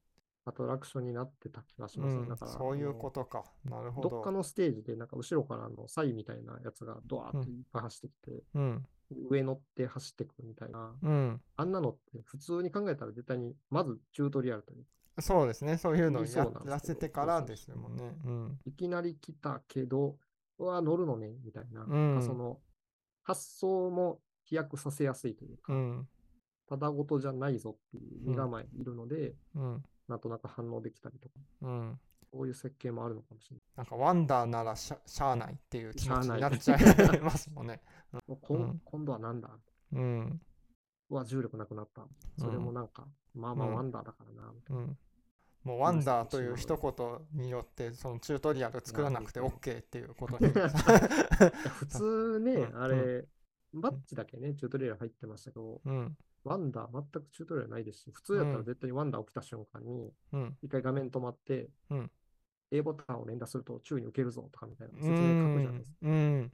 [SPEAKER 2] アトラクションになってた気がし
[SPEAKER 1] う
[SPEAKER 2] ますね。
[SPEAKER 1] ん
[SPEAKER 2] だから、
[SPEAKER 1] そういう
[SPEAKER 2] あの
[SPEAKER 1] ことか。なるほ
[SPEAKER 2] どっか
[SPEAKER 1] ど。
[SPEAKER 2] のステージで、なんか後ろからのサイみたいなやつがドワーッといっぱい走ってきて、
[SPEAKER 1] うん。
[SPEAKER 2] 上乗って走ってくるみたいな、
[SPEAKER 1] うん。
[SPEAKER 2] あんなのって普通に考えたら絶対に、まずチュートリアルというか
[SPEAKER 1] そうですね。そういうのを
[SPEAKER 2] 理想
[SPEAKER 1] や
[SPEAKER 2] なんですけど
[SPEAKER 1] らせてからですもんね。うん。
[SPEAKER 2] いきなり来たけど、うわ、乗るのね、みたいな、
[SPEAKER 1] ん
[SPEAKER 2] なんかその発想も飛躍させやすいというか、
[SPEAKER 1] うん。
[SPEAKER 2] ただごとじゃないぞっていう身構えいるので、
[SPEAKER 1] うん。
[SPEAKER 2] なんとなく反応できたりとか、
[SPEAKER 1] うん。
[SPEAKER 2] こういう設計もあるのかもしれ
[SPEAKER 1] なんか、ワンダーならしゃしゃあないっていう気持ちになっち
[SPEAKER 2] し
[SPEAKER 1] ゃ
[SPEAKER 2] ゃあない
[SPEAKER 1] いますもんね。
[SPEAKER 2] ない。もうこん
[SPEAKER 1] うん
[SPEAKER 2] 今度はなんだ
[SPEAKER 1] うん。
[SPEAKER 2] うわ、重力なくなった。それもなんか、まあまあ
[SPEAKER 1] うん
[SPEAKER 2] ワンダーだからな、みたい
[SPEAKER 1] うん。もう、ワンダーという
[SPEAKER 2] うん
[SPEAKER 1] 一言によって、そのチュートリアル作らなくて
[SPEAKER 2] なるほ
[SPEAKER 1] OK っていうこと
[SPEAKER 2] <laughs>
[SPEAKER 1] に。
[SPEAKER 2] な。いや普通ね
[SPEAKER 1] う、ん
[SPEAKER 2] あれ、バッチだけね、チュートリアル入ってましたけど、
[SPEAKER 1] うん。
[SPEAKER 2] ワンダー、全くチュートリアルないですし、普通やったら絶対にワンダー起きた瞬間に、
[SPEAKER 1] うん。
[SPEAKER 2] 一回画面止まって、
[SPEAKER 1] うん
[SPEAKER 2] A ボタンを連打すると宙に受けるぞとかみたいな
[SPEAKER 1] う
[SPEAKER 2] 説明書くじゃ
[SPEAKER 1] ん
[SPEAKER 2] ないですか。。
[SPEAKER 1] うん。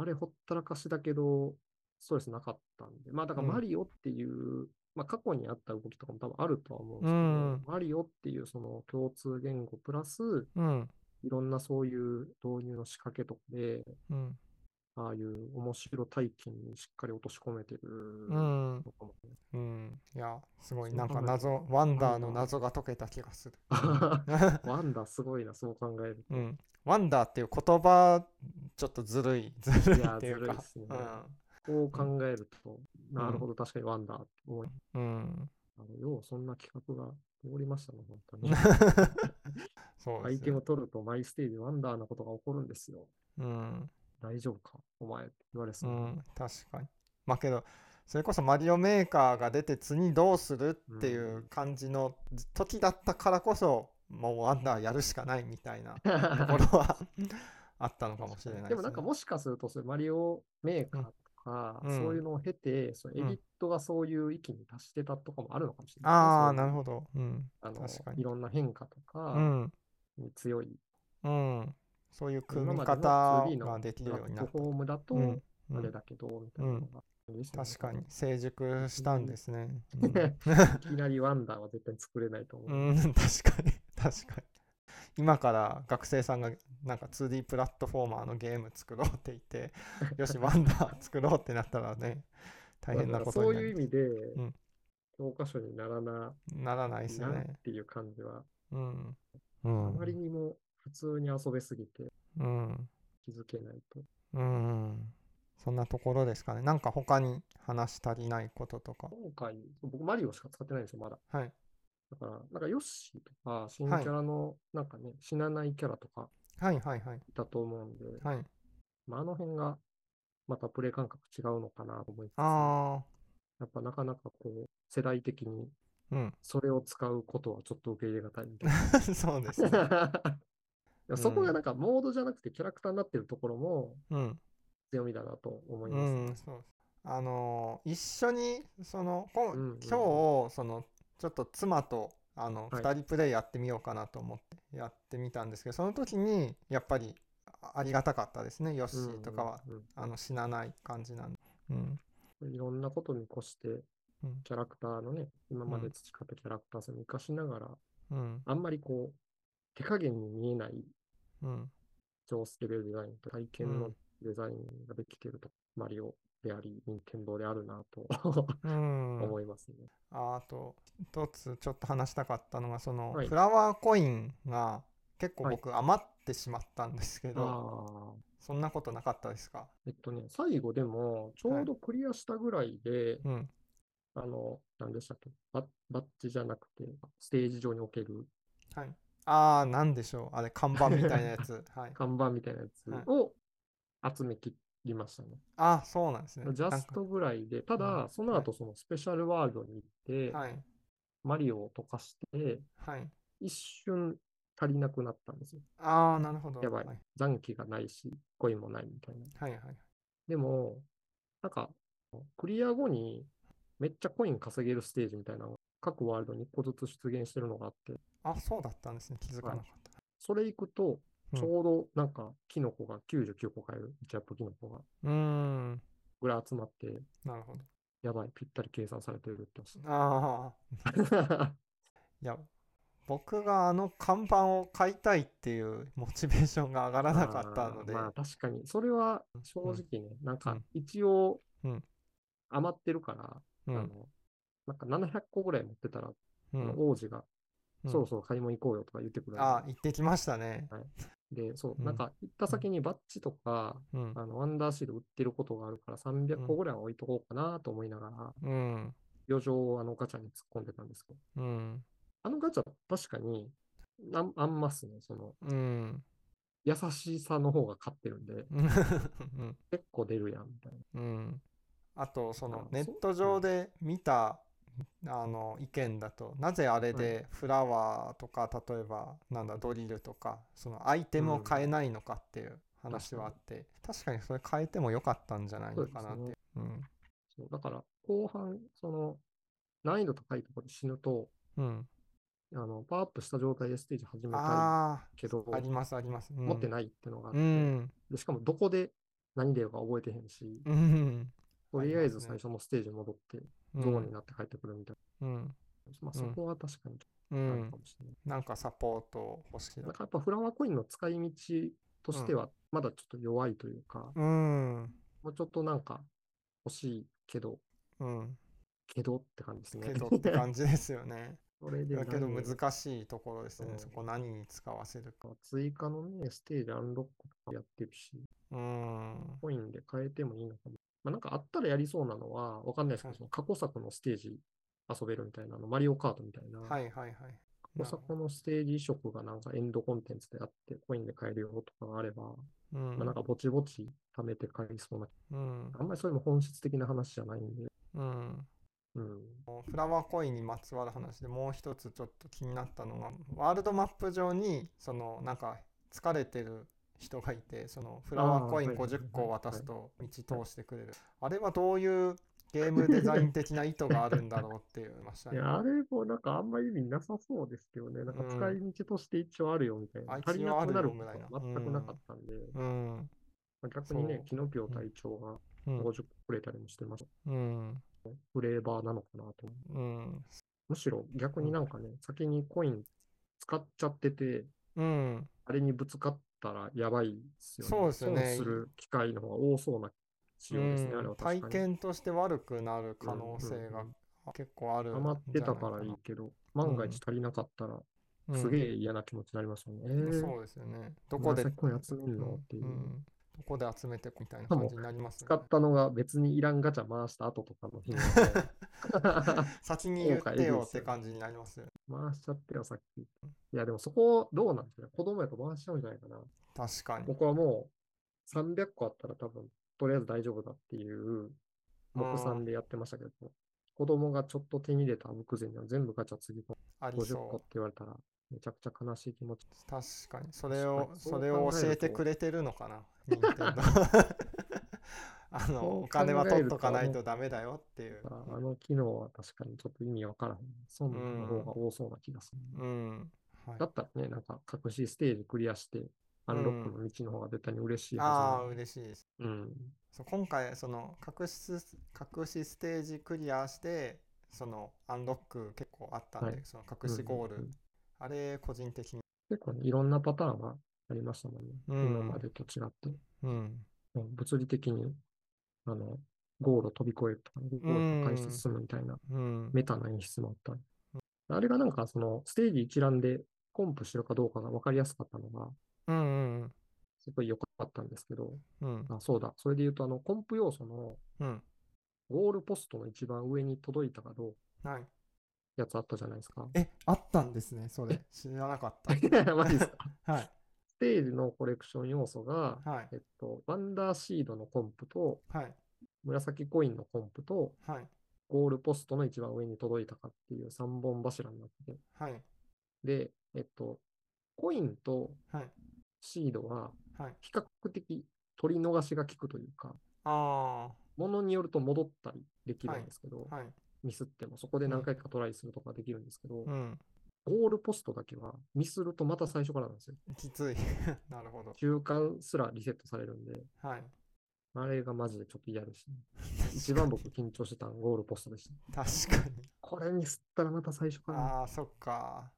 [SPEAKER 2] あれほったらかしだけど、ストレスなかったんで、まあだから
[SPEAKER 1] うん
[SPEAKER 2] マリオっていう、まあ過去にあった動きとかも多分あるとは思うんですけど、
[SPEAKER 1] うん
[SPEAKER 2] マリオっていうその共通言語プラス、
[SPEAKER 1] うん。
[SPEAKER 2] いろんなそういう導入の仕掛けとかで、
[SPEAKER 1] うん。
[SPEAKER 2] ああいう面白体験にしっかり落とし込めてる
[SPEAKER 1] うん。
[SPEAKER 2] のかもね。
[SPEAKER 1] うん。いや、すごい、
[SPEAKER 2] そう
[SPEAKER 1] なんか
[SPEAKER 2] 考えると
[SPEAKER 1] 謎、ワンダーの
[SPEAKER 2] ワンダー
[SPEAKER 1] 謎が解けた気が
[SPEAKER 2] <laughs>
[SPEAKER 1] する。
[SPEAKER 2] ワンダーすごいな、そう考えると。
[SPEAKER 1] うん。ワンダーっていう言葉、ちょっとずるい、ずるい
[SPEAKER 2] いや
[SPEAKER 1] っていう
[SPEAKER 2] ずるい
[SPEAKER 1] か
[SPEAKER 2] っすね。こう考えると、なるほど、確かにワンダーって思い
[SPEAKER 1] うん。 <laughs> うん。
[SPEAKER 2] あのようそんな企画が通りましたね、本当
[SPEAKER 1] <laughs>
[SPEAKER 2] に。
[SPEAKER 1] そうで
[SPEAKER 2] 相
[SPEAKER 1] す
[SPEAKER 2] 手を
[SPEAKER 1] よ。
[SPEAKER 2] 取るとマイステージワンダーなことが起こるんですよ。
[SPEAKER 1] うん。
[SPEAKER 2] 大丈夫かお前って言われそうう。
[SPEAKER 1] ん。確かに。まあけど、それこそマリオメーカーが出て次どうするっていう感じの時だったからこそ、もうワンダーやるしかないみた <laughs> いなところはあったのかもしれない
[SPEAKER 2] でもなんかもしかすると、それマリオメーカーとか、
[SPEAKER 1] うん
[SPEAKER 2] そういうのを経て、そのエディットがそういう域に達してたとかもあるのかもしれないですね、
[SPEAKER 1] ああ、なる
[SPEAKER 2] ど。
[SPEAKER 1] ほど。うん。
[SPEAKER 2] あの
[SPEAKER 1] 確かに
[SPEAKER 2] いろんな変化と
[SPEAKER 1] う
[SPEAKER 2] か
[SPEAKER 1] ん。
[SPEAKER 2] に強い。
[SPEAKER 1] うん。そういう組
[SPEAKER 2] 今
[SPEAKER 1] み
[SPEAKER 2] ま
[SPEAKER 1] 方
[SPEAKER 2] での 2D の
[SPEAKER 1] ができるようにな
[SPEAKER 2] プラッ
[SPEAKER 1] っ
[SPEAKER 2] トフォームだと
[SPEAKER 1] た。うん。う
[SPEAKER 2] あれ
[SPEAKER 1] ん
[SPEAKER 2] だけど、みたいなのが、ですよね
[SPEAKER 1] 確かに。成熟したんですね。
[SPEAKER 2] いきなりワンダーは絶対作れないと思う。
[SPEAKER 1] うん、うん、確かに。確かに。今から学生さんがなんか 2D プラットフォーマーのゲーム作ろうって言って、よし、ワンダー作ろうってなったらね、大変なことに
[SPEAKER 2] ま
[SPEAKER 1] な
[SPEAKER 2] あだからそうい
[SPEAKER 1] る
[SPEAKER 2] う意味で、
[SPEAKER 1] ん
[SPEAKER 2] 教科書にならな
[SPEAKER 1] ならないで
[SPEAKER 2] い
[SPEAKER 1] す
[SPEAKER 2] な
[SPEAKER 1] よ
[SPEAKER 2] っ
[SPEAKER 1] ね。
[SPEAKER 2] ていう感じは、
[SPEAKER 1] うん。う
[SPEAKER 2] あまり
[SPEAKER 1] ん。
[SPEAKER 2] にも普通に遊べすぎて
[SPEAKER 1] うん。
[SPEAKER 2] 気づけないと。
[SPEAKER 1] うん。そんなところですかね。なんか他に話足りないこととか。
[SPEAKER 2] 今回、僕マリオしか使ってないんですよ、まだ。
[SPEAKER 1] はい。
[SPEAKER 2] だから、なんかヨッシーとか、新キ
[SPEAKER 1] はい
[SPEAKER 2] ャラの、なんかね、死なないキャラとか
[SPEAKER 1] はいはいはい。
[SPEAKER 2] いたと思うんで、
[SPEAKER 1] はい。
[SPEAKER 2] まあ、あの辺が、またプレイ感覚違うのかなと思いつつ、や
[SPEAKER 1] あ
[SPEAKER 2] っぱなかなかこう、世代的に
[SPEAKER 1] あ。うん。 <laughs>
[SPEAKER 2] それを使うことはちょっと受け入れがたいみたいな。
[SPEAKER 1] そうですね。
[SPEAKER 2] いや <laughs> そこがなんかモードじゃなくてキャラクターになってるところも
[SPEAKER 1] うん。
[SPEAKER 2] 強みだなと思いうます。
[SPEAKER 1] ん、そう。あのー一緒に、その、こ
[SPEAKER 2] うんうん
[SPEAKER 1] 今日、その、ちょっと妻と、あの、
[SPEAKER 2] はい
[SPEAKER 1] 2人プレイやってみようかなと思ってやってみたんですけど、その時に、やっぱり、あありがたかったですね。ヨッシーとかは、
[SPEAKER 2] うんうん
[SPEAKER 1] あの、死なない感じなんで。うん。
[SPEAKER 2] うん。いろんなことに越して
[SPEAKER 1] うん、
[SPEAKER 2] キャラクターのね、今まで培ったキャラクター性を生かしながら、
[SPEAKER 1] うん。
[SPEAKER 2] あんまりこう、手加減に見えない
[SPEAKER 1] うん。
[SPEAKER 2] 上スレベルデザインと体験
[SPEAKER 1] う
[SPEAKER 2] の
[SPEAKER 1] ん
[SPEAKER 2] デザインができてると、マリオであり、任天堂であるなと
[SPEAKER 1] うん。
[SPEAKER 2] <laughs> 思いますね。
[SPEAKER 1] ああと一つちょっと話したかったのがその、
[SPEAKER 2] はい
[SPEAKER 1] フラワーコインが結構
[SPEAKER 2] はい
[SPEAKER 1] 僕余ってしまったんですけど、
[SPEAKER 2] ああ。
[SPEAKER 1] そんなことなかったですか
[SPEAKER 2] えっとね、最後でも、ちょうどクリアしたぐらいで、
[SPEAKER 1] うん
[SPEAKER 2] あの、何でしたっけバッバッジじゃなくて、ステージ上に置ける
[SPEAKER 1] はいああなんでしょうあれ看板みたいなや
[SPEAKER 2] <laughs>
[SPEAKER 1] つはい
[SPEAKER 2] 看板みたいなや
[SPEAKER 1] はい
[SPEAKER 2] つを集めきりましたね。
[SPEAKER 1] ああそうなんですね
[SPEAKER 2] ジャス
[SPEAKER 1] なん
[SPEAKER 2] トぐらいで、た
[SPEAKER 1] は
[SPEAKER 2] だ
[SPEAKER 1] い、
[SPEAKER 2] その後そのスペシャルワールドに行って、
[SPEAKER 1] かはい
[SPEAKER 2] マリオを溶かして、
[SPEAKER 1] はい
[SPEAKER 2] 一瞬足りなくなったんですよ。
[SPEAKER 1] ああ、なるほど。
[SPEAKER 2] やばい
[SPEAKER 1] はい
[SPEAKER 2] 残機がないし、恋もないみたいな。
[SPEAKER 1] はいはい。
[SPEAKER 2] でも、なんか、クリア後にめっちゃコイン稼げるステージみたいなのが各ワールドに1個ずつ出現してるのがあって、
[SPEAKER 1] あ、そうだったんですね。気づかなかっ
[SPEAKER 2] それ行くと、
[SPEAKER 1] うん
[SPEAKER 2] ちょうどなんか、キノコが99個買える、ジャップキノコが、
[SPEAKER 1] た。うーん。
[SPEAKER 2] ぐらい集まって、
[SPEAKER 1] なるほど。
[SPEAKER 2] やばい、ぴったり計算されてるって言って
[SPEAKER 1] ああ。
[SPEAKER 2] <laughs> ます。
[SPEAKER 1] いや、僕があの看板を買いたいっていうモチベーションが上がらなかったので、
[SPEAKER 2] あーまあ確かに、それは正直ね、なん
[SPEAKER 1] う
[SPEAKER 2] か
[SPEAKER 1] ん
[SPEAKER 2] 一応
[SPEAKER 1] うん
[SPEAKER 2] 余ってるから、
[SPEAKER 1] う
[SPEAKER 2] あ
[SPEAKER 1] ん、
[SPEAKER 2] のなんか700個ぐらい持ってたら、
[SPEAKER 1] う
[SPEAKER 2] あの
[SPEAKER 1] ん、
[SPEAKER 2] 王子が、
[SPEAKER 1] うん
[SPEAKER 2] そろそろ買い物行こうよとか言ってくるの
[SPEAKER 1] あ、行ってきましたね。
[SPEAKER 2] で、そうう、
[SPEAKER 1] ん
[SPEAKER 2] なんか行った先にバッジとか、
[SPEAKER 1] うん、
[SPEAKER 2] あのワンダーシード売ってることがあるから300個ぐらいは置いとこうかなと思いながら、
[SPEAKER 1] うん、
[SPEAKER 2] 余剰をあのガチャに突っ込んでたんですけど、
[SPEAKER 1] うん、
[SPEAKER 2] あのガチャ確かに、あんあんますね、その、
[SPEAKER 1] うん、
[SPEAKER 2] 優しさの方が勝ってるんで、 <laughs>
[SPEAKER 1] うん、
[SPEAKER 2] 結構出るやん、みたいな。
[SPEAKER 1] うん。あと、そ
[SPEAKER 2] あ
[SPEAKER 1] の
[SPEAKER 2] そう
[SPEAKER 1] ネット上で見たあの意見だと、なぜあれでフラワーとか、例えば、なんだ、ドリルとか、そのアイテムを変えないのかっていう話はあって、確かにそれ変えてもよかったんじゃないのかなって
[SPEAKER 2] そうですね。
[SPEAKER 1] うん、
[SPEAKER 2] そうだから、後半、その、難易度高いところで死ぬと、
[SPEAKER 1] うん。
[SPEAKER 2] あの、パワーアップした状態でステージ始めた
[SPEAKER 1] あ
[SPEAKER 2] いけど、
[SPEAKER 1] あ、ありますあります。
[SPEAKER 2] 持って
[SPEAKER 1] い。
[SPEAKER 2] ないってのがあっ
[SPEAKER 1] う
[SPEAKER 2] て、
[SPEAKER 1] ん。
[SPEAKER 2] でしかもどこで何出るか覚えてへんし、
[SPEAKER 1] うん。
[SPEAKER 2] とりあえず
[SPEAKER 1] ありますね
[SPEAKER 2] 最初のステージに戻って、
[SPEAKER 1] うん
[SPEAKER 2] ゾーンになって帰ってくるみたい
[SPEAKER 1] うん。
[SPEAKER 2] な。まあ、そこは確かに
[SPEAKER 1] う
[SPEAKER 2] ある
[SPEAKER 1] ん
[SPEAKER 2] か。もしれない。
[SPEAKER 1] なんかサポート欲しい
[SPEAKER 2] なんかやっぱフラワーコインの使い道としては、まだちょっと弱いというか、
[SPEAKER 1] うん。
[SPEAKER 2] もうちょっとなんか欲しいけど、
[SPEAKER 1] うん。
[SPEAKER 2] けどって感じですね。
[SPEAKER 1] けどって感じですよね。
[SPEAKER 2] <laughs> それで
[SPEAKER 1] だけど
[SPEAKER 2] 何を
[SPEAKER 1] 難しいところですね
[SPEAKER 2] う。ん
[SPEAKER 1] そこ何に使わせるか。
[SPEAKER 2] まあ追加のね、ステージアンロックとかやってるし、
[SPEAKER 1] うん。
[SPEAKER 2] コインで変えてもいいのかも。まあ、なんかあったらやりそうなのは、わかんないですけ
[SPEAKER 1] は
[SPEAKER 2] ど、
[SPEAKER 1] い
[SPEAKER 2] その過去作のステージ遊べるみたいなあの、マリオカートみたいな、
[SPEAKER 1] はいはいはい。
[SPEAKER 2] 過去作のステージ移植がなんかエンドコンテンツであって、コインで買えるよとかがあれば、
[SPEAKER 1] う
[SPEAKER 2] まあ、なん
[SPEAKER 1] ん。
[SPEAKER 2] かぼちぼち貯めて買いそうな、
[SPEAKER 1] うん。
[SPEAKER 2] あんまりそれも本質的な話じゃないんで、
[SPEAKER 1] うん。
[SPEAKER 2] うん。
[SPEAKER 1] フラワーコインにまつわる話でもう一つちょっと気になったのがワールドマップ上にそのなんか疲れてる人がいてそのフラワーコイン
[SPEAKER 2] あーはいはいはい
[SPEAKER 1] 50個を渡すと道通してくれるあれはどういうゲームデザイン的な意図があるんだろうっていうました
[SPEAKER 2] い
[SPEAKER 1] ね。
[SPEAKER 2] や、あれもなんかあんまり意味なさそうですけどね、なんか使い道として一応あるよみたいな、
[SPEAKER 1] うんあ
[SPEAKER 2] 足りなくなること
[SPEAKER 1] 一応あ
[SPEAKER 2] は
[SPEAKER 1] るよぐらいな
[SPEAKER 2] 全くなかったんで、
[SPEAKER 1] うん
[SPEAKER 2] まあ逆に
[SPEAKER 1] そ
[SPEAKER 2] ね
[SPEAKER 1] う、
[SPEAKER 2] キノピオ隊長が
[SPEAKER 1] うん
[SPEAKER 2] 50くれたりもしてました。
[SPEAKER 1] うん
[SPEAKER 2] フレーバーなのかなと思う。
[SPEAKER 1] うん
[SPEAKER 2] むしろ逆になんかね、先にコイン使っちゃってて、
[SPEAKER 1] うん
[SPEAKER 2] あれにぶつかったらやばいですよね。
[SPEAKER 1] そうですよね
[SPEAKER 2] 損する機会の方が多そうな仕様ですね、あれは確か
[SPEAKER 1] 体
[SPEAKER 2] に。
[SPEAKER 1] 験として悪くなる可能性が結構あるんじゃな
[SPEAKER 2] 余
[SPEAKER 1] い
[SPEAKER 2] っ
[SPEAKER 1] かな。
[SPEAKER 2] てたからいいけど、万が一足りなかったら、
[SPEAKER 1] うん
[SPEAKER 2] すげえ嫌な気持ちになりますよね。えー
[SPEAKER 1] そうですよね。どこで
[SPEAKER 2] 紫コイン集める
[SPEAKER 1] うん
[SPEAKER 2] のっていう。
[SPEAKER 1] うんどこで集めてみたいな
[SPEAKER 2] かも
[SPEAKER 1] 感じになります
[SPEAKER 2] 使ったのが別にいらんガチャ回した後とかの日なん
[SPEAKER 1] <laughs>
[SPEAKER 2] で
[SPEAKER 1] 先に言ってよっ
[SPEAKER 2] 効果えぐいです
[SPEAKER 1] て
[SPEAKER 2] よ
[SPEAKER 1] 感じになりますよね
[SPEAKER 2] 回しちゃってよ、さっき。いや、でもそこどうなんですかね。子供やと回しちゃうんじゃないかな。
[SPEAKER 1] 確かに。
[SPEAKER 2] 僕はもう300個あったら多分、とりあえず大丈夫だっていう目算でやってましたけど、子供がちょっと手に入れた偶然には全部ガチャ次の
[SPEAKER 1] あり
[SPEAKER 2] 50個っ
[SPEAKER 1] そ
[SPEAKER 2] て言われたら、めちゃくちゃ悲しい気持ち。
[SPEAKER 1] う。確かに。それを、
[SPEAKER 2] 確かに
[SPEAKER 1] それを
[SPEAKER 2] そう考えると
[SPEAKER 1] 教えてくれてるのかな。任天
[SPEAKER 2] <laughs>
[SPEAKER 1] 堂あ
[SPEAKER 2] そう考える
[SPEAKER 1] の、
[SPEAKER 2] と
[SPEAKER 1] お金は取っとかないとダメだよっていう
[SPEAKER 2] だ。からあの機能は確かにちょっと意味わからへん。損の方が多そうな気がする。
[SPEAKER 1] うん。はい
[SPEAKER 2] だったらね、なんか隠しステージクリアして、アンロックの道の方が絶対に嬉しい
[SPEAKER 1] ああ、
[SPEAKER 2] はずなのに
[SPEAKER 1] 嬉しいです。
[SPEAKER 2] うん。
[SPEAKER 1] そう今回、その、隠し、隠しステージクリアして、その、アンロック結構あったんで、
[SPEAKER 2] はい
[SPEAKER 1] その、隠しゴール。
[SPEAKER 2] うんうんうん
[SPEAKER 1] あれ、個人的に。
[SPEAKER 2] 結構ね、いろんなパターンがありましたもんね。
[SPEAKER 1] うん
[SPEAKER 2] 今までと違って。
[SPEAKER 1] うん。
[SPEAKER 2] うん物理的に、あの、ゴールを飛び越えるとかね、ゴールを返して進むみたいな、
[SPEAKER 1] うん。
[SPEAKER 2] メタな演出もあった。あれがなんか、その、ステージ一覧でコンプしてるかどうかが分かりやすかったのが、
[SPEAKER 1] うんうん
[SPEAKER 2] すごい良かったんですけど、
[SPEAKER 1] うん。
[SPEAKER 2] あ、そうだ。それで言うと、あの、コンプ要素の
[SPEAKER 1] うん。
[SPEAKER 2] ゴールポストの一番上に届いたかどう
[SPEAKER 1] はい。
[SPEAKER 2] やつあったじゃないですか。
[SPEAKER 1] え、あったんですね、それ。知らなかった。 <laughs>
[SPEAKER 2] マジですか。
[SPEAKER 1] はい。
[SPEAKER 2] ステージのコレクション要素が、
[SPEAKER 1] はい
[SPEAKER 2] え。っと、ワンダーシードのコンプと、
[SPEAKER 1] はい。
[SPEAKER 2] 紫コインのコンプと、
[SPEAKER 1] はい。
[SPEAKER 2] ゴールポストの一番上に届いたかっていう3本柱になってて、
[SPEAKER 1] はい。
[SPEAKER 2] で、えっと、コインと
[SPEAKER 1] はい
[SPEAKER 2] シードは
[SPEAKER 1] はい
[SPEAKER 2] 比較的取り逃しが効くというか、
[SPEAKER 1] あ
[SPEAKER 2] ものによると戻ったりできるんですけど、
[SPEAKER 1] あはい
[SPEAKER 2] ミスってもそこで何回かトライするとかできるんですけど、
[SPEAKER 1] うん
[SPEAKER 2] ゴールポストだけはミスるとまた最初からなんですよ。
[SPEAKER 1] きつい <laughs> なるほど
[SPEAKER 2] 中間すらリセットされるんで、
[SPEAKER 1] はい
[SPEAKER 2] あれがマジでちょっと嫌でしたね。一番僕緊張してたのゴールポストでした。
[SPEAKER 1] 確かに
[SPEAKER 2] これミスったらまた最初から。
[SPEAKER 1] ああそっか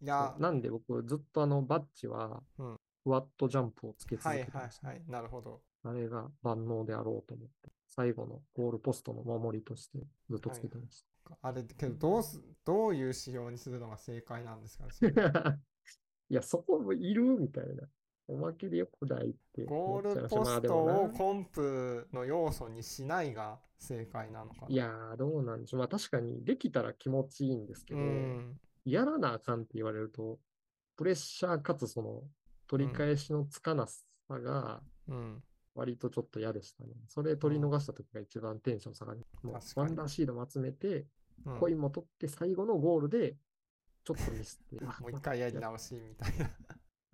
[SPEAKER 1] いや
[SPEAKER 2] なんで僕ずっとあのバッジは
[SPEAKER 1] うん、
[SPEAKER 2] ふわっとジャンプをつけ続
[SPEAKER 1] はい
[SPEAKER 2] けてま
[SPEAKER 1] は
[SPEAKER 2] した
[SPEAKER 1] いはいなるほど
[SPEAKER 2] あれが万能であろうと思って、最後のゴールポストの守りとしてずっとつけてまし
[SPEAKER 1] あれけどどうすどういう指標にするのが正解なんですかねそれ
[SPEAKER 2] た。 <laughs> いや、そこもいるみたいな。おまけでよくないって
[SPEAKER 1] ゴ
[SPEAKER 2] 思っちゃ
[SPEAKER 1] ー
[SPEAKER 2] い
[SPEAKER 1] ル
[SPEAKER 2] ました。
[SPEAKER 1] ポ
[SPEAKER 2] まあ
[SPEAKER 1] ス
[SPEAKER 2] で
[SPEAKER 1] ト
[SPEAKER 2] もな
[SPEAKER 1] をコンプの要素にしないが正解なのかない
[SPEAKER 2] やー、どうなんでしょう。まあ確かにできたら気持ちいいんですけ
[SPEAKER 1] う
[SPEAKER 2] ど、
[SPEAKER 1] ん
[SPEAKER 2] やらなあかんって言われると、プレッシャーかつその取り返しのつかなさが
[SPEAKER 1] うん
[SPEAKER 2] 割とちょっと嫌でしたね。それ取り逃した時が一番テンション下がる。もう
[SPEAKER 1] 確か
[SPEAKER 2] ワ
[SPEAKER 1] に
[SPEAKER 2] ンダーシードも集めて、
[SPEAKER 1] うん
[SPEAKER 2] コインも取って最後のゴールでちょっとミスって。
[SPEAKER 1] もう一回やり直しみたいな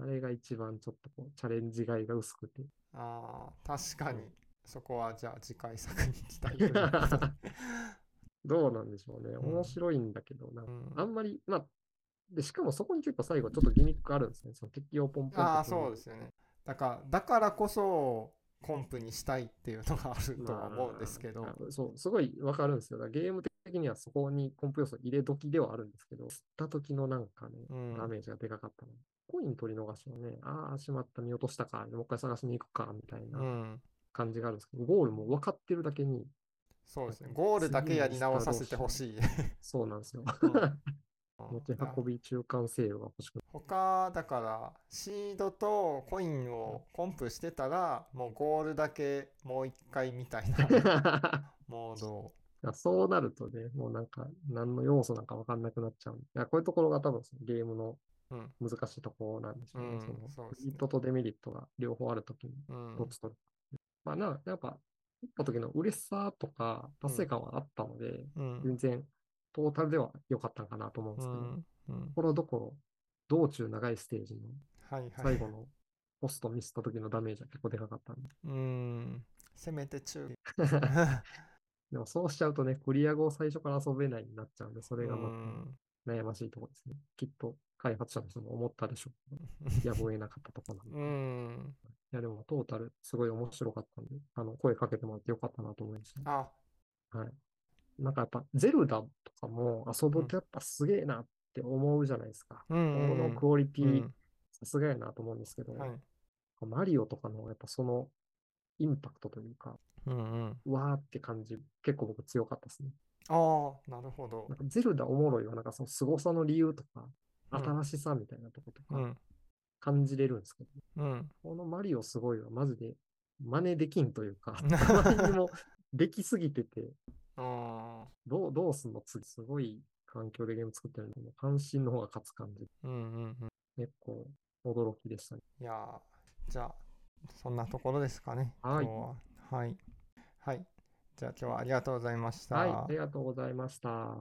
[SPEAKER 2] あれが一番ちょっとこうチャレンジがいが薄
[SPEAKER 1] <laughs>
[SPEAKER 2] くて。
[SPEAKER 1] あー確かにそこはじゃあ次回作に期待
[SPEAKER 2] <laughs> どうなんでしょうね。
[SPEAKER 1] ん
[SPEAKER 2] 面白いんだけど、なんか
[SPEAKER 1] うん
[SPEAKER 2] あんまり、まあ、で、しかもそこに結構最後ちょっとギミックあるんですね。その適用ポンポン
[SPEAKER 1] ああ
[SPEAKER 2] ってこ
[SPEAKER 1] そうですよねだからだからこそコンプにしたいっていうのがあるとは思うんですけど、
[SPEAKER 2] まあそう、すごいわかるんですよ。だからゲーム的にはそこにコンプ要素入れ時ではあるんですけど、吸った時のなんかね、
[SPEAKER 1] うん
[SPEAKER 2] ダメージがでかかったの。コイン取り逃しはね、ああ、しまった、見落としたか、もう一回探しに行くか、みたいうなん感じがあるんですけど、ゴールも分かってるだけに、
[SPEAKER 1] そうですねゴールだけやり直させてほしい、
[SPEAKER 2] そうなんですよ。
[SPEAKER 1] うん
[SPEAKER 2] <laughs> 持ち運び中間セールが欲しくな
[SPEAKER 1] 他だからシードとコインをコンプしてたらもうゴールだけもう一回みたい
[SPEAKER 2] <laughs>
[SPEAKER 1] な
[SPEAKER 2] る。
[SPEAKER 1] モードを
[SPEAKER 2] いやそうなるとね、もうなんか、何の要素なんか分かんなくなっちゃうんで。いやこういうところが多分そのゲームの
[SPEAKER 1] うん
[SPEAKER 2] 難しいところなんでしょうね。
[SPEAKER 1] うん
[SPEAKER 2] その
[SPEAKER 1] そうです
[SPEAKER 2] メリ
[SPEAKER 1] ね
[SPEAKER 2] ットとデメリットが両方あるときに、
[SPEAKER 1] うん
[SPEAKER 2] どっち取るか。まあ、なやっぱ、打った時の嬉しさとか、達成感はあったので、
[SPEAKER 1] うん
[SPEAKER 2] 全然、トータルでは良かったのかなと思うんで
[SPEAKER 1] う
[SPEAKER 2] すけど、
[SPEAKER 1] んうん
[SPEAKER 2] ところどころ、道中長いステージの
[SPEAKER 1] はいは
[SPEAKER 2] 最
[SPEAKER 1] い
[SPEAKER 2] 後のポストミスった時のダメージは結構でかかったんで。 <laughs>
[SPEAKER 1] うんせめて中
[SPEAKER 2] でもそうしちゃうとね、クリア後最初から遊べないになっちゃうんで、それが
[SPEAKER 1] う
[SPEAKER 2] また
[SPEAKER 1] ん
[SPEAKER 2] 悩ましいところですね。きっと開発者の人も思ったでしょう
[SPEAKER 1] <laughs>
[SPEAKER 2] けど。やむを得なかったところなんで。
[SPEAKER 1] う
[SPEAKER 2] い
[SPEAKER 1] ん
[SPEAKER 2] や、でもトータルすごい面白かったんで、あの、声かけてもらってよかったなと思いまし
[SPEAKER 1] あ
[SPEAKER 2] た。はい。なんかやっぱ、ゼルダとかも遊ぶとやっぱすげえなって思うじゃないですか。
[SPEAKER 1] う
[SPEAKER 2] こ
[SPEAKER 1] ん
[SPEAKER 2] のクオリテ
[SPEAKER 1] う
[SPEAKER 2] ィ
[SPEAKER 1] ん、
[SPEAKER 2] さすがやなと思うんですけど、
[SPEAKER 1] はい
[SPEAKER 2] マリオとかのやっぱそのインパクトというか、
[SPEAKER 1] うんうん
[SPEAKER 2] うわーって感じ、結構僕強かったですね。
[SPEAKER 1] ああなるほど
[SPEAKER 2] なんかゼルダおもろいは、なんかその凄さの理由とか、
[SPEAKER 1] うん
[SPEAKER 2] 新しさみたいなとこと
[SPEAKER 1] う
[SPEAKER 2] か
[SPEAKER 1] ん
[SPEAKER 2] 感じれるんですけど、 <laughs>
[SPEAKER 1] うん <laughs>
[SPEAKER 2] このマリオすごいはマジで真似できんというか、あまりにも <laughs> できすぎてて、
[SPEAKER 1] あ
[SPEAKER 2] どう、どうすんの次、すごい環境でゲーム作ってるのも、関心の方が勝つ感じ、
[SPEAKER 1] ーうんうんうん
[SPEAKER 2] 結構驚きでしたね。
[SPEAKER 1] いやーじゃあそんなところですかね。
[SPEAKER 2] はい
[SPEAKER 1] 今日ははい。はい。じゃあ今日はありがとうございました。
[SPEAKER 2] はい、ありがとうございました。